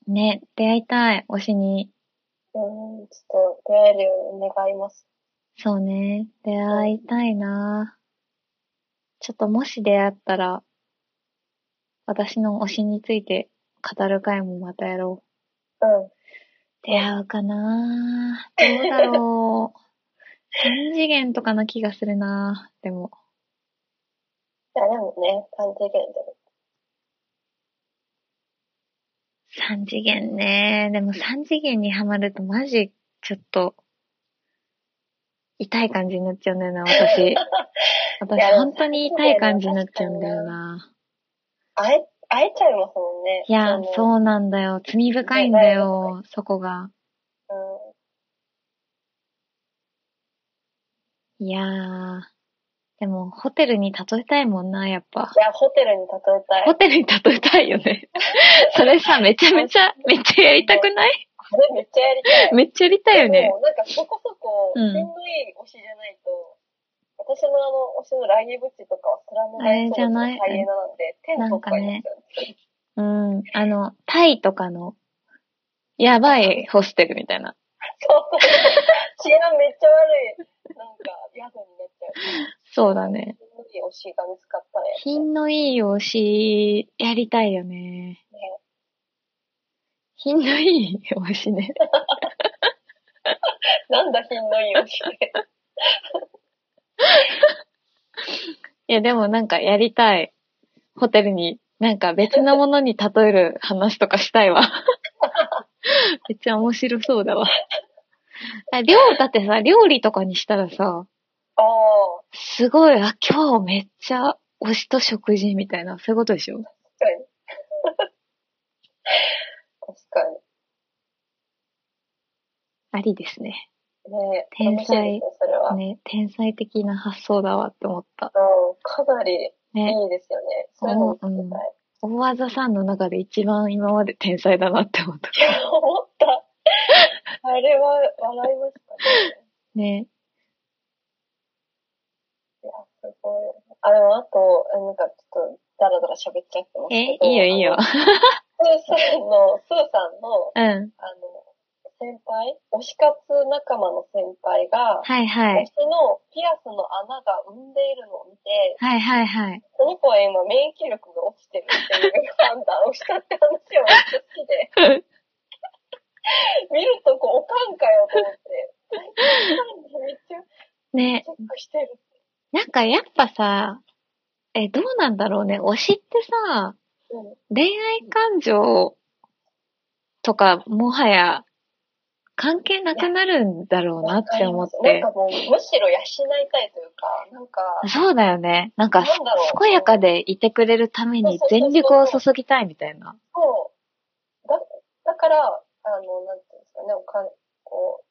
[SPEAKER 1] ね、出会いたい、推しに。
[SPEAKER 2] うん、ちょっと出会えるように願います。
[SPEAKER 1] そうね、出会いたいなちょっともし出会ったら、私の推しについて語る回もまたやろう。
[SPEAKER 2] うん。
[SPEAKER 1] 出会うかなどうだろう。 (laughs) 三次元とかな気がするなでも、
[SPEAKER 2] いや、でもね、三次元でも。
[SPEAKER 1] 三次元ねでも三次元にはまるとマジ、ちょっと、痛い感じになっちゃうんだよな、 (laughs) 私。私、本当に痛い感じになっちゃうんだよな。
[SPEAKER 2] 会え、会えちゃいますもんね。
[SPEAKER 1] いや、
[SPEAKER 2] う。
[SPEAKER 1] そうなんだよ。罪深いんだよ、そこが。
[SPEAKER 2] うん
[SPEAKER 1] いやー。でも、ホテルに例えたいもんな、やっぱ。
[SPEAKER 2] いや、ホテルに例えた
[SPEAKER 1] ホ
[SPEAKER 2] い。
[SPEAKER 1] テルに例えたいよね。それさ、めちゃめちゃ、めっちゃやりたくない
[SPEAKER 2] あれめっちゃやりたい。
[SPEAKER 1] めっちゃやりたいよ
[SPEAKER 2] で
[SPEAKER 1] ね。
[SPEAKER 2] もなんかそこそこ、
[SPEAKER 1] うん
[SPEAKER 2] しんどい推しじゃないと、私のあの、推しのラギブチとかはスラム
[SPEAKER 1] あれじゃない
[SPEAKER 2] ハイエナなんで、テントとかになっちゃうんですよ。
[SPEAKER 1] うん。あの、タイとかの、やばいホステルみたいな。
[SPEAKER 2] そうそうそう。治安めっちゃ悪い、なんか、宿になっちゃう。
[SPEAKER 1] そうだね。
[SPEAKER 2] しんどい推しが見つかったらやりたい
[SPEAKER 1] 品のいい推し、やりたいよね。
[SPEAKER 2] ね。
[SPEAKER 1] 品のいい推しね。
[SPEAKER 2] なんだ、品のいい推しで。
[SPEAKER 1] いや、でもなんかやりたい。ホテルに、なんか別のものに例える話とかしたいわ。 (laughs) めっちゃ面白そうだわ。あ料だってさ、料理とかにしたらさ、
[SPEAKER 2] ああ、
[SPEAKER 1] すごい、あ、今日めっちゃ推しと食事みたいな、そういうことでしょ
[SPEAKER 2] 確かに。確かに。
[SPEAKER 1] ありですね。
[SPEAKER 2] ね
[SPEAKER 1] 天
[SPEAKER 2] 楽しい
[SPEAKER 1] 才
[SPEAKER 2] ですね、それは。
[SPEAKER 1] ね、天才的な発想だわって思った。
[SPEAKER 2] うん、かなりいい
[SPEAKER 1] ね、
[SPEAKER 2] ですよね。そういうのも作りたい。
[SPEAKER 1] 大技さんの中で一番今まで天才だなって思 (laughs) った。
[SPEAKER 2] いや、 (laughs) 思った。あれは笑いましたね。
[SPEAKER 1] ね、
[SPEAKER 2] いや、すごい。あ、でもあと、なんかちょっと、だらだら喋っちゃってます
[SPEAKER 1] え、い
[SPEAKER 2] けど。
[SPEAKER 1] いよいいよ
[SPEAKER 2] あ。の。スーさんの、スーさんの、
[SPEAKER 1] うん。
[SPEAKER 2] あの、先輩、推し活仲間の先輩が、
[SPEAKER 1] はいは
[SPEAKER 2] 推
[SPEAKER 1] い
[SPEAKER 2] し。のピアスの穴が生んでいるのを見て、
[SPEAKER 1] はいはいはい。
[SPEAKER 2] この子は今免疫力が落ちてるっていう判断をしたって話をめっちゃ好きで、
[SPEAKER 1] (laughs)
[SPEAKER 2] 見るとこう、おかんかよと思って、めっちゃ
[SPEAKER 1] ね、
[SPEAKER 2] チェックしてる。
[SPEAKER 1] なんかやっぱさ、え、どうなんだろうね。推しってさ、
[SPEAKER 2] うん、
[SPEAKER 1] 恋愛感情とか、もはや、関係なくなるんだろうなって思っ
[SPEAKER 2] なん
[SPEAKER 1] て。
[SPEAKER 2] かもう、むしろ養いたいというか、なんか、
[SPEAKER 1] そうだよね。なんか、
[SPEAKER 2] なんだろう
[SPEAKER 1] 健やかでいてくれるために
[SPEAKER 2] そうそうそうそう
[SPEAKER 1] 全力を注ぎたいみたいな。
[SPEAKER 2] もう、だ、だから、あの、なんていうんですかね、お金、こう、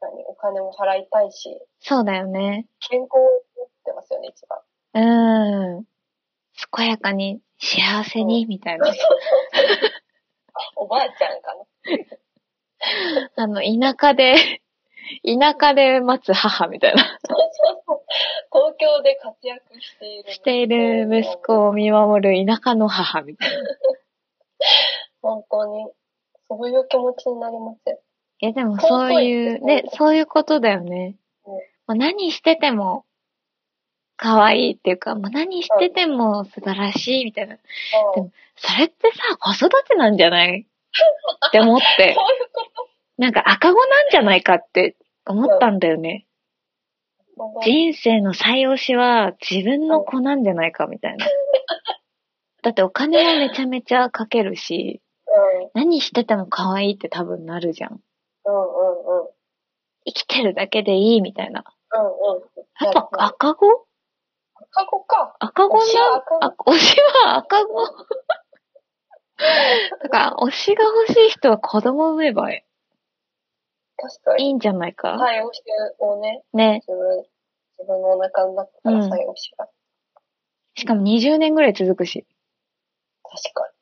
[SPEAKER 2] 何、お金も払いたいし、
[SPEAKER 1] そうだよね。
[SPEAKER 2] 健康を持ってますよね、一番。
[SPEAKER 1] うーん。健やかに、幸せに、みたいな。
[SPEAKER 2] おばあちゃんかな。
[SPEAKER 1] あの、田舎で、田舎で待つ母みたいな。
[SPEAKER 2] そうそうそう。東京で活躍している。
[SPEAKER 1] している息。子を見守る田舎の母みたいな。
[SPEAKER 2] 本当に、そういう気持ちになりますよ。
[SPEAKER 1] いや、でも
[SPEAKER 2] 尊い
[SPEAKER 1] そういう、ね
[SPEAKER 2] 尊い、
[SPEAKER 1] そういうことだよね。
[SPEAKER 2] うん
[SPEAKER 1] もう何してても、可愛いっていうか、もう何してても素晴らしいみたいな。
[SPEAKER 2] う
[SPEAKER 1] で
[SPEAKER 2] ん
[SPEAKER 1] もそれってさ、子育てなんじゃないって思っ
[SPEAKER 2] そうい
[SPEAKER 1] (laughs) て、
[SPEAKER 2] うこと
[SPEAKER 1] なんか赤子なんじゃないかって思ったんだよね。
[SPEAKER 2] まだ
[SPEAKER 1] 人生の最推しは自分の子なんじゃないかみ (laughs) たいな。だってお金もめちゃめちゃかけるし、
[SPEAKER 2] うん、
[SPEAKER 1] 何してても可愛いって多分なるじゃん。
[SPEAKER 2] うん、うん、うん。
[SPEAKER 1] 生きてるだけでいいみたいな。
[SPEAKER 2] うん、うん。
[SPEAKER 1] やっぱ
[SPEAKER 2] あ、
[SPEAKER 1] 赤子
[SPEAKER 2] 過去か。
[SPEAKER 1] 赤子
[SPEAKER 2] 推しは
[SPEAKER 1] な、
[SPEAKER 2] 赤子
[SPEAKER 1] あ、推しは赤
[SPEAKER 2] (laughs)
[SPEAKER 1] 子。だから、推しが欲しい人は子供産めばい
[SPEAKER 2] 確かに。
[SPEAKER 1] いんじゃないか。
[SPEAKER 2] 最推しをね、
[SPEAKER 1] ね。
[SPEAKER 2] 自分、自分のお腹の中から最推しが。
[SPEAKER 1] しかも20年ぐらい続くし。
[SPEAKER 2] 確かに。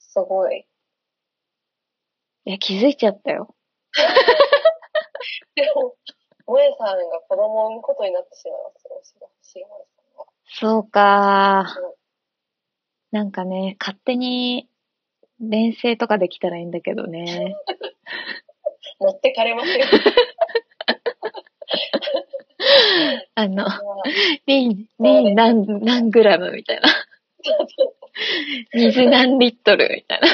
[SPEAKER 2] すごい。
[SPEAKER 1] いや、気づいちゃったよ。
[SPEAKER 2] でも、萌えさんが子供を産むことになってしまいますよ、推しが欲しい萌えさんは。
[SPEAKER 1] そうか
[SPEAKER 2] うん
[SPEAKER 1] なんかね、勝手に、連生とかできたらいいんだけどね。
[SPEAKER 2] 持ってかれ
[SPEAKER 1] (laughs)
[SPEAKER 2] ますよ。
[SPEAKER 1] あの、
[SPEAKER 2] う
[SPEAKER 1] リン、リン何、何グラムみたいな。水何リットルみたいな。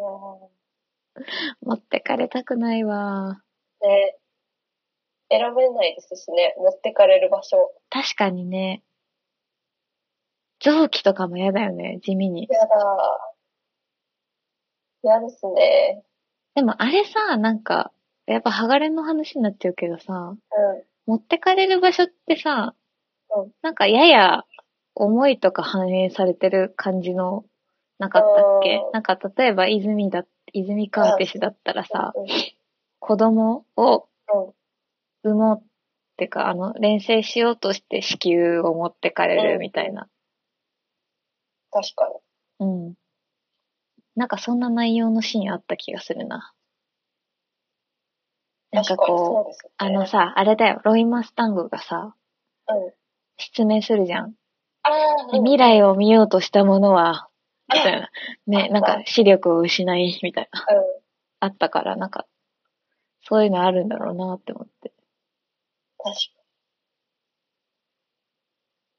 [SPEAKER 2] ん
[SPEAKER 1] 持ってかれたくないわ。
[SPEAKER 2] ね選べないですしね、持ってかれる場所。
[SPEAKER 1] 確かにね。臓器とかも嫌だよね、地味に。
[SPEAKER 2] やだ。嫌ですね。
[SPEAKER 1] でもあれさ、なんか、やっぱ剥がれの話になっちゃうけどさ、持ってかれる場所ってさ、
[SPEAKER 2] うん
[SPEAKER 1] なんかやや思いとか反映されてる感じの、なかったっけ
[SPEAKER 2] うん
[SPEAKER 1] なんか例えば泉だ、泉川手氏だったらさ、
[SPEAKER 2] うん。
[SPEAKER 1] 子供を
[SPEAKER 2] うん。
[SPEAKER 1] 産もうってか、あの、連成しようとして子宮を持ってかれるみたいな。
[SPEAKER 2] 確か
[SPEAKER 1] う
[SPEAKER 2] に。
[SPEAKER 1] ん。なんかそんな内容のシーンあった気がするな。なんか
[SPEAKER 2] 確かにそ
[SPEAKER 1] こ
[SPEAKER 2] うですね。
[SPEAKER 1] う、あのさ、あれだよ、ロイ・マスタングがさ、
[SPEAKER 2] うん。
[SPEAKER 1] 失明するじゃん。
[SPEAKER 2] ああ、
[SPEAKER 1] で未来を見ようとしたもの
[SPEAKER 2] (laughs)
[SPEAKER 1] は、みたいな。ね、なんか視力を失い、みたいな。
[SPEAKER 2] うん。
[SPEAKER 1] あったから、なんか、そういうのあるんだろうなって思って。
[SPEAKER 2] 確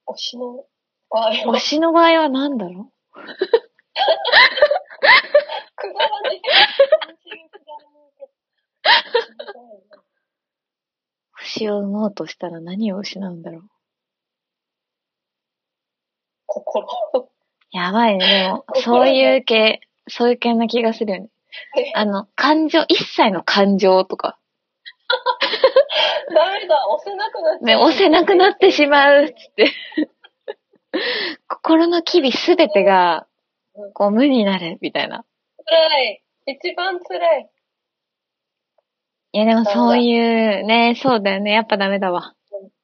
[SPEAKER 2] かに。推しの場合
[SPEAKER 1] 推
[SPEAKER 2] は、
[SPEAKER 1] しの場合は何だろ
[SPEAKER 2] くだらねえ。
[SPEAKER 1] (laughs) う推しを産もうとしたら何を失うんだろう
[SPEAKER 2] 心。
[SPEAKER 1] やばいね、でも、そういう系、そういう系な気がするよね。あの、感情、一切の感情とか、
[SPEAKER 2] ダメだ、押せなくなっちゃう。
[SPEAKER 1] ね、押せなくなってしまう、つ
[SPEAKER 2] (laughs)
[SPEAKER 1] って。心の機微すべてが、こう、無になる、みたいな。
[SPEAKER 2] 辛い。一番辛い。
[SPEAKER 1] いや、でもそういう、ね、そうだよね。やっぱダメだわ。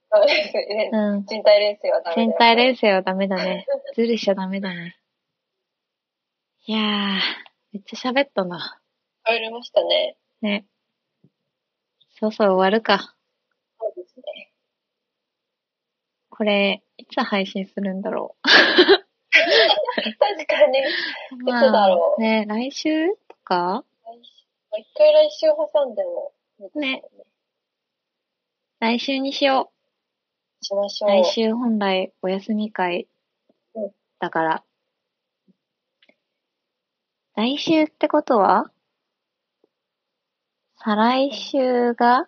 [SPEAKER 2] ダメですね
[SPEAKER 1] うん。
[SPEAKER 2] 人体練習はダメだよ
[SPEAKER 1] 全体連生はダメだね。ずるしちゃダメだね。いやー、めっちゃ喋ったな。
[SPEAKER 2] 変わりましたね。
[SPEAKER 1] ね。そろそろ終わるか。
[SPEAKER 2] そうですね。
[SPEAKER 1] これ、いつ配信するんだろ
[SPEAKER 2] 確かに。
[SPEAKER 1] う。
[SPEAKER 2] つだろう
[SPEAKER 1] ね、来週とか
[SPEAKER 2] 一回来週挟んでも、
[SPEAKER 1] ね。来週にしよ
[SPEAKER 2] しまし
[SPEAKER 1] う。
[SPEAKER 2] ょう。
[SPEAKER 1] 来週本来お休み会
[SPEAKER 2] うん
[SPEAKER 1] だから。来週ってことは再来週が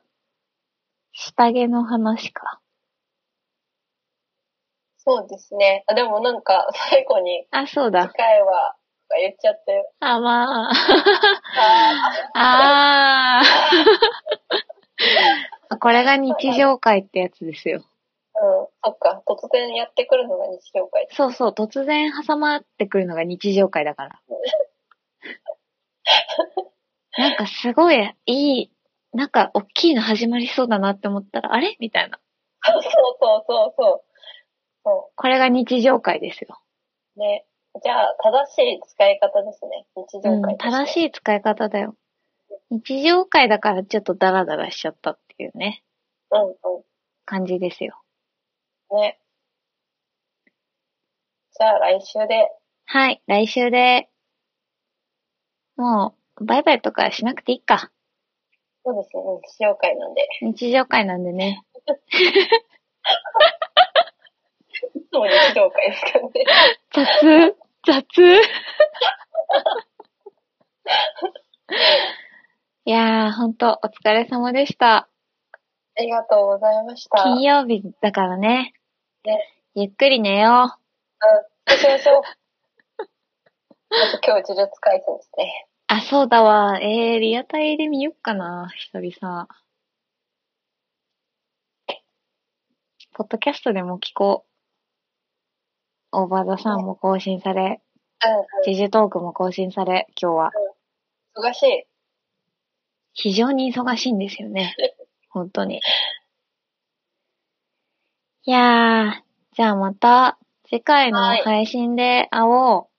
[SPEAKER 1] 下着の話か。
[SPEAKER 2] そうですね。あ、でもなんか、最後に、
[SPEAKER 1] あ、そう
[SPEAKER 2] 次
[SPEAKER 1] だ。
[SPEAKER 2] 回は、とか言っちゃって、
[SPEAKER 1] あ、ま (laughs) あ。あ
[SPEAKER 2] あ
[SPEAKER 1] あ。 (laughs) これが日常会ってやつですよ。
[SPEAKER 2] ーうん、そっか、突然やってくるのが日常会。
[SPEAKER 1] そうそう、突然挟まってくるのが日常会だ
[SPEAKER 2] (laughs)
[SPEAKER 1] から。なんかすごいいい、なんか大きいの始まりそうだなって思ったら、あれみたいな。
[SPEAKER 2] そうそうそうそう。そ
[SPEAKER 1] これが日常会ですよ。
[SPEAKER 2] う。ね。じゃあ、正しい使い方ですね。日
[SPEAKER 1] う
[SPEAKER 2] 常
[SPEAKER 1] ん
[SPEAKER 2] 会、とて、
[SPEAKER 1] 正し
[SPEAKER 2] い。
[SPEAKER 1] い使い方だよ。日常会だからちょっとダラダラしちゃったっていうね、
[SPEAKER 2] うん
[SPEAKER 1] 感じですよ。
[SPEAKER 2] うん。ね。じゃあ、来週で。
[SPEAKER 1] はい、来週で、もう、バイバイとかしなくていいか。
[SPEAKER 2] そうですね。日常会なんで。
[SPEAKER 1] 日常会なんでね。
[SPEAKER 2] いつも日常会ですからね。 (laughs)
[SPEAKER 1] 雑雑いやー、ほんと、お疲れ様でした。
[SPEAKER 2] ありがとうございました。
[SPEAKER 1] 金曜日だからね。
[SPEAKER 2] ね
[SPEAKER 1] ゆっくり寝よう。
[SPEAKER 2] そうしましょう。あと今日、呪術回戦ですね。
[SPEAKER 1] あ、そうだわ。えー、リアタイで見よっかな、久々。ポッドキャストでも聞こう。オーバーザさんも更新され、
[SPEAKER 2] う
[SPEAKER 1] ジジトークも更新され、今日は。
[SPEAKER 2] ん、うん。忙しい。
[SPEAKER 1] 非常に忙しいんですよ (laughs) ね。本当に。いやー、じゃあまた次回の
[SPEAKER 2] はい
[SPEAKER 1] 配信で会おう。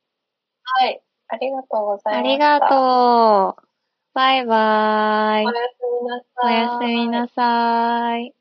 [SPEAKER 2] はい。ありがとうござ
[SPEAKER 1] あ
[SPEAKER 2] いま
[SPEAKER 1] り
[SPEAKER 2] した。
[SPEAKER 1] がとう。バイバーイ
[SPEAKER 2] おや。すみなさ
[SPEAKER 1] お
[SPEAKER 2] い。
[SPEAKER 1] やすみなさーい。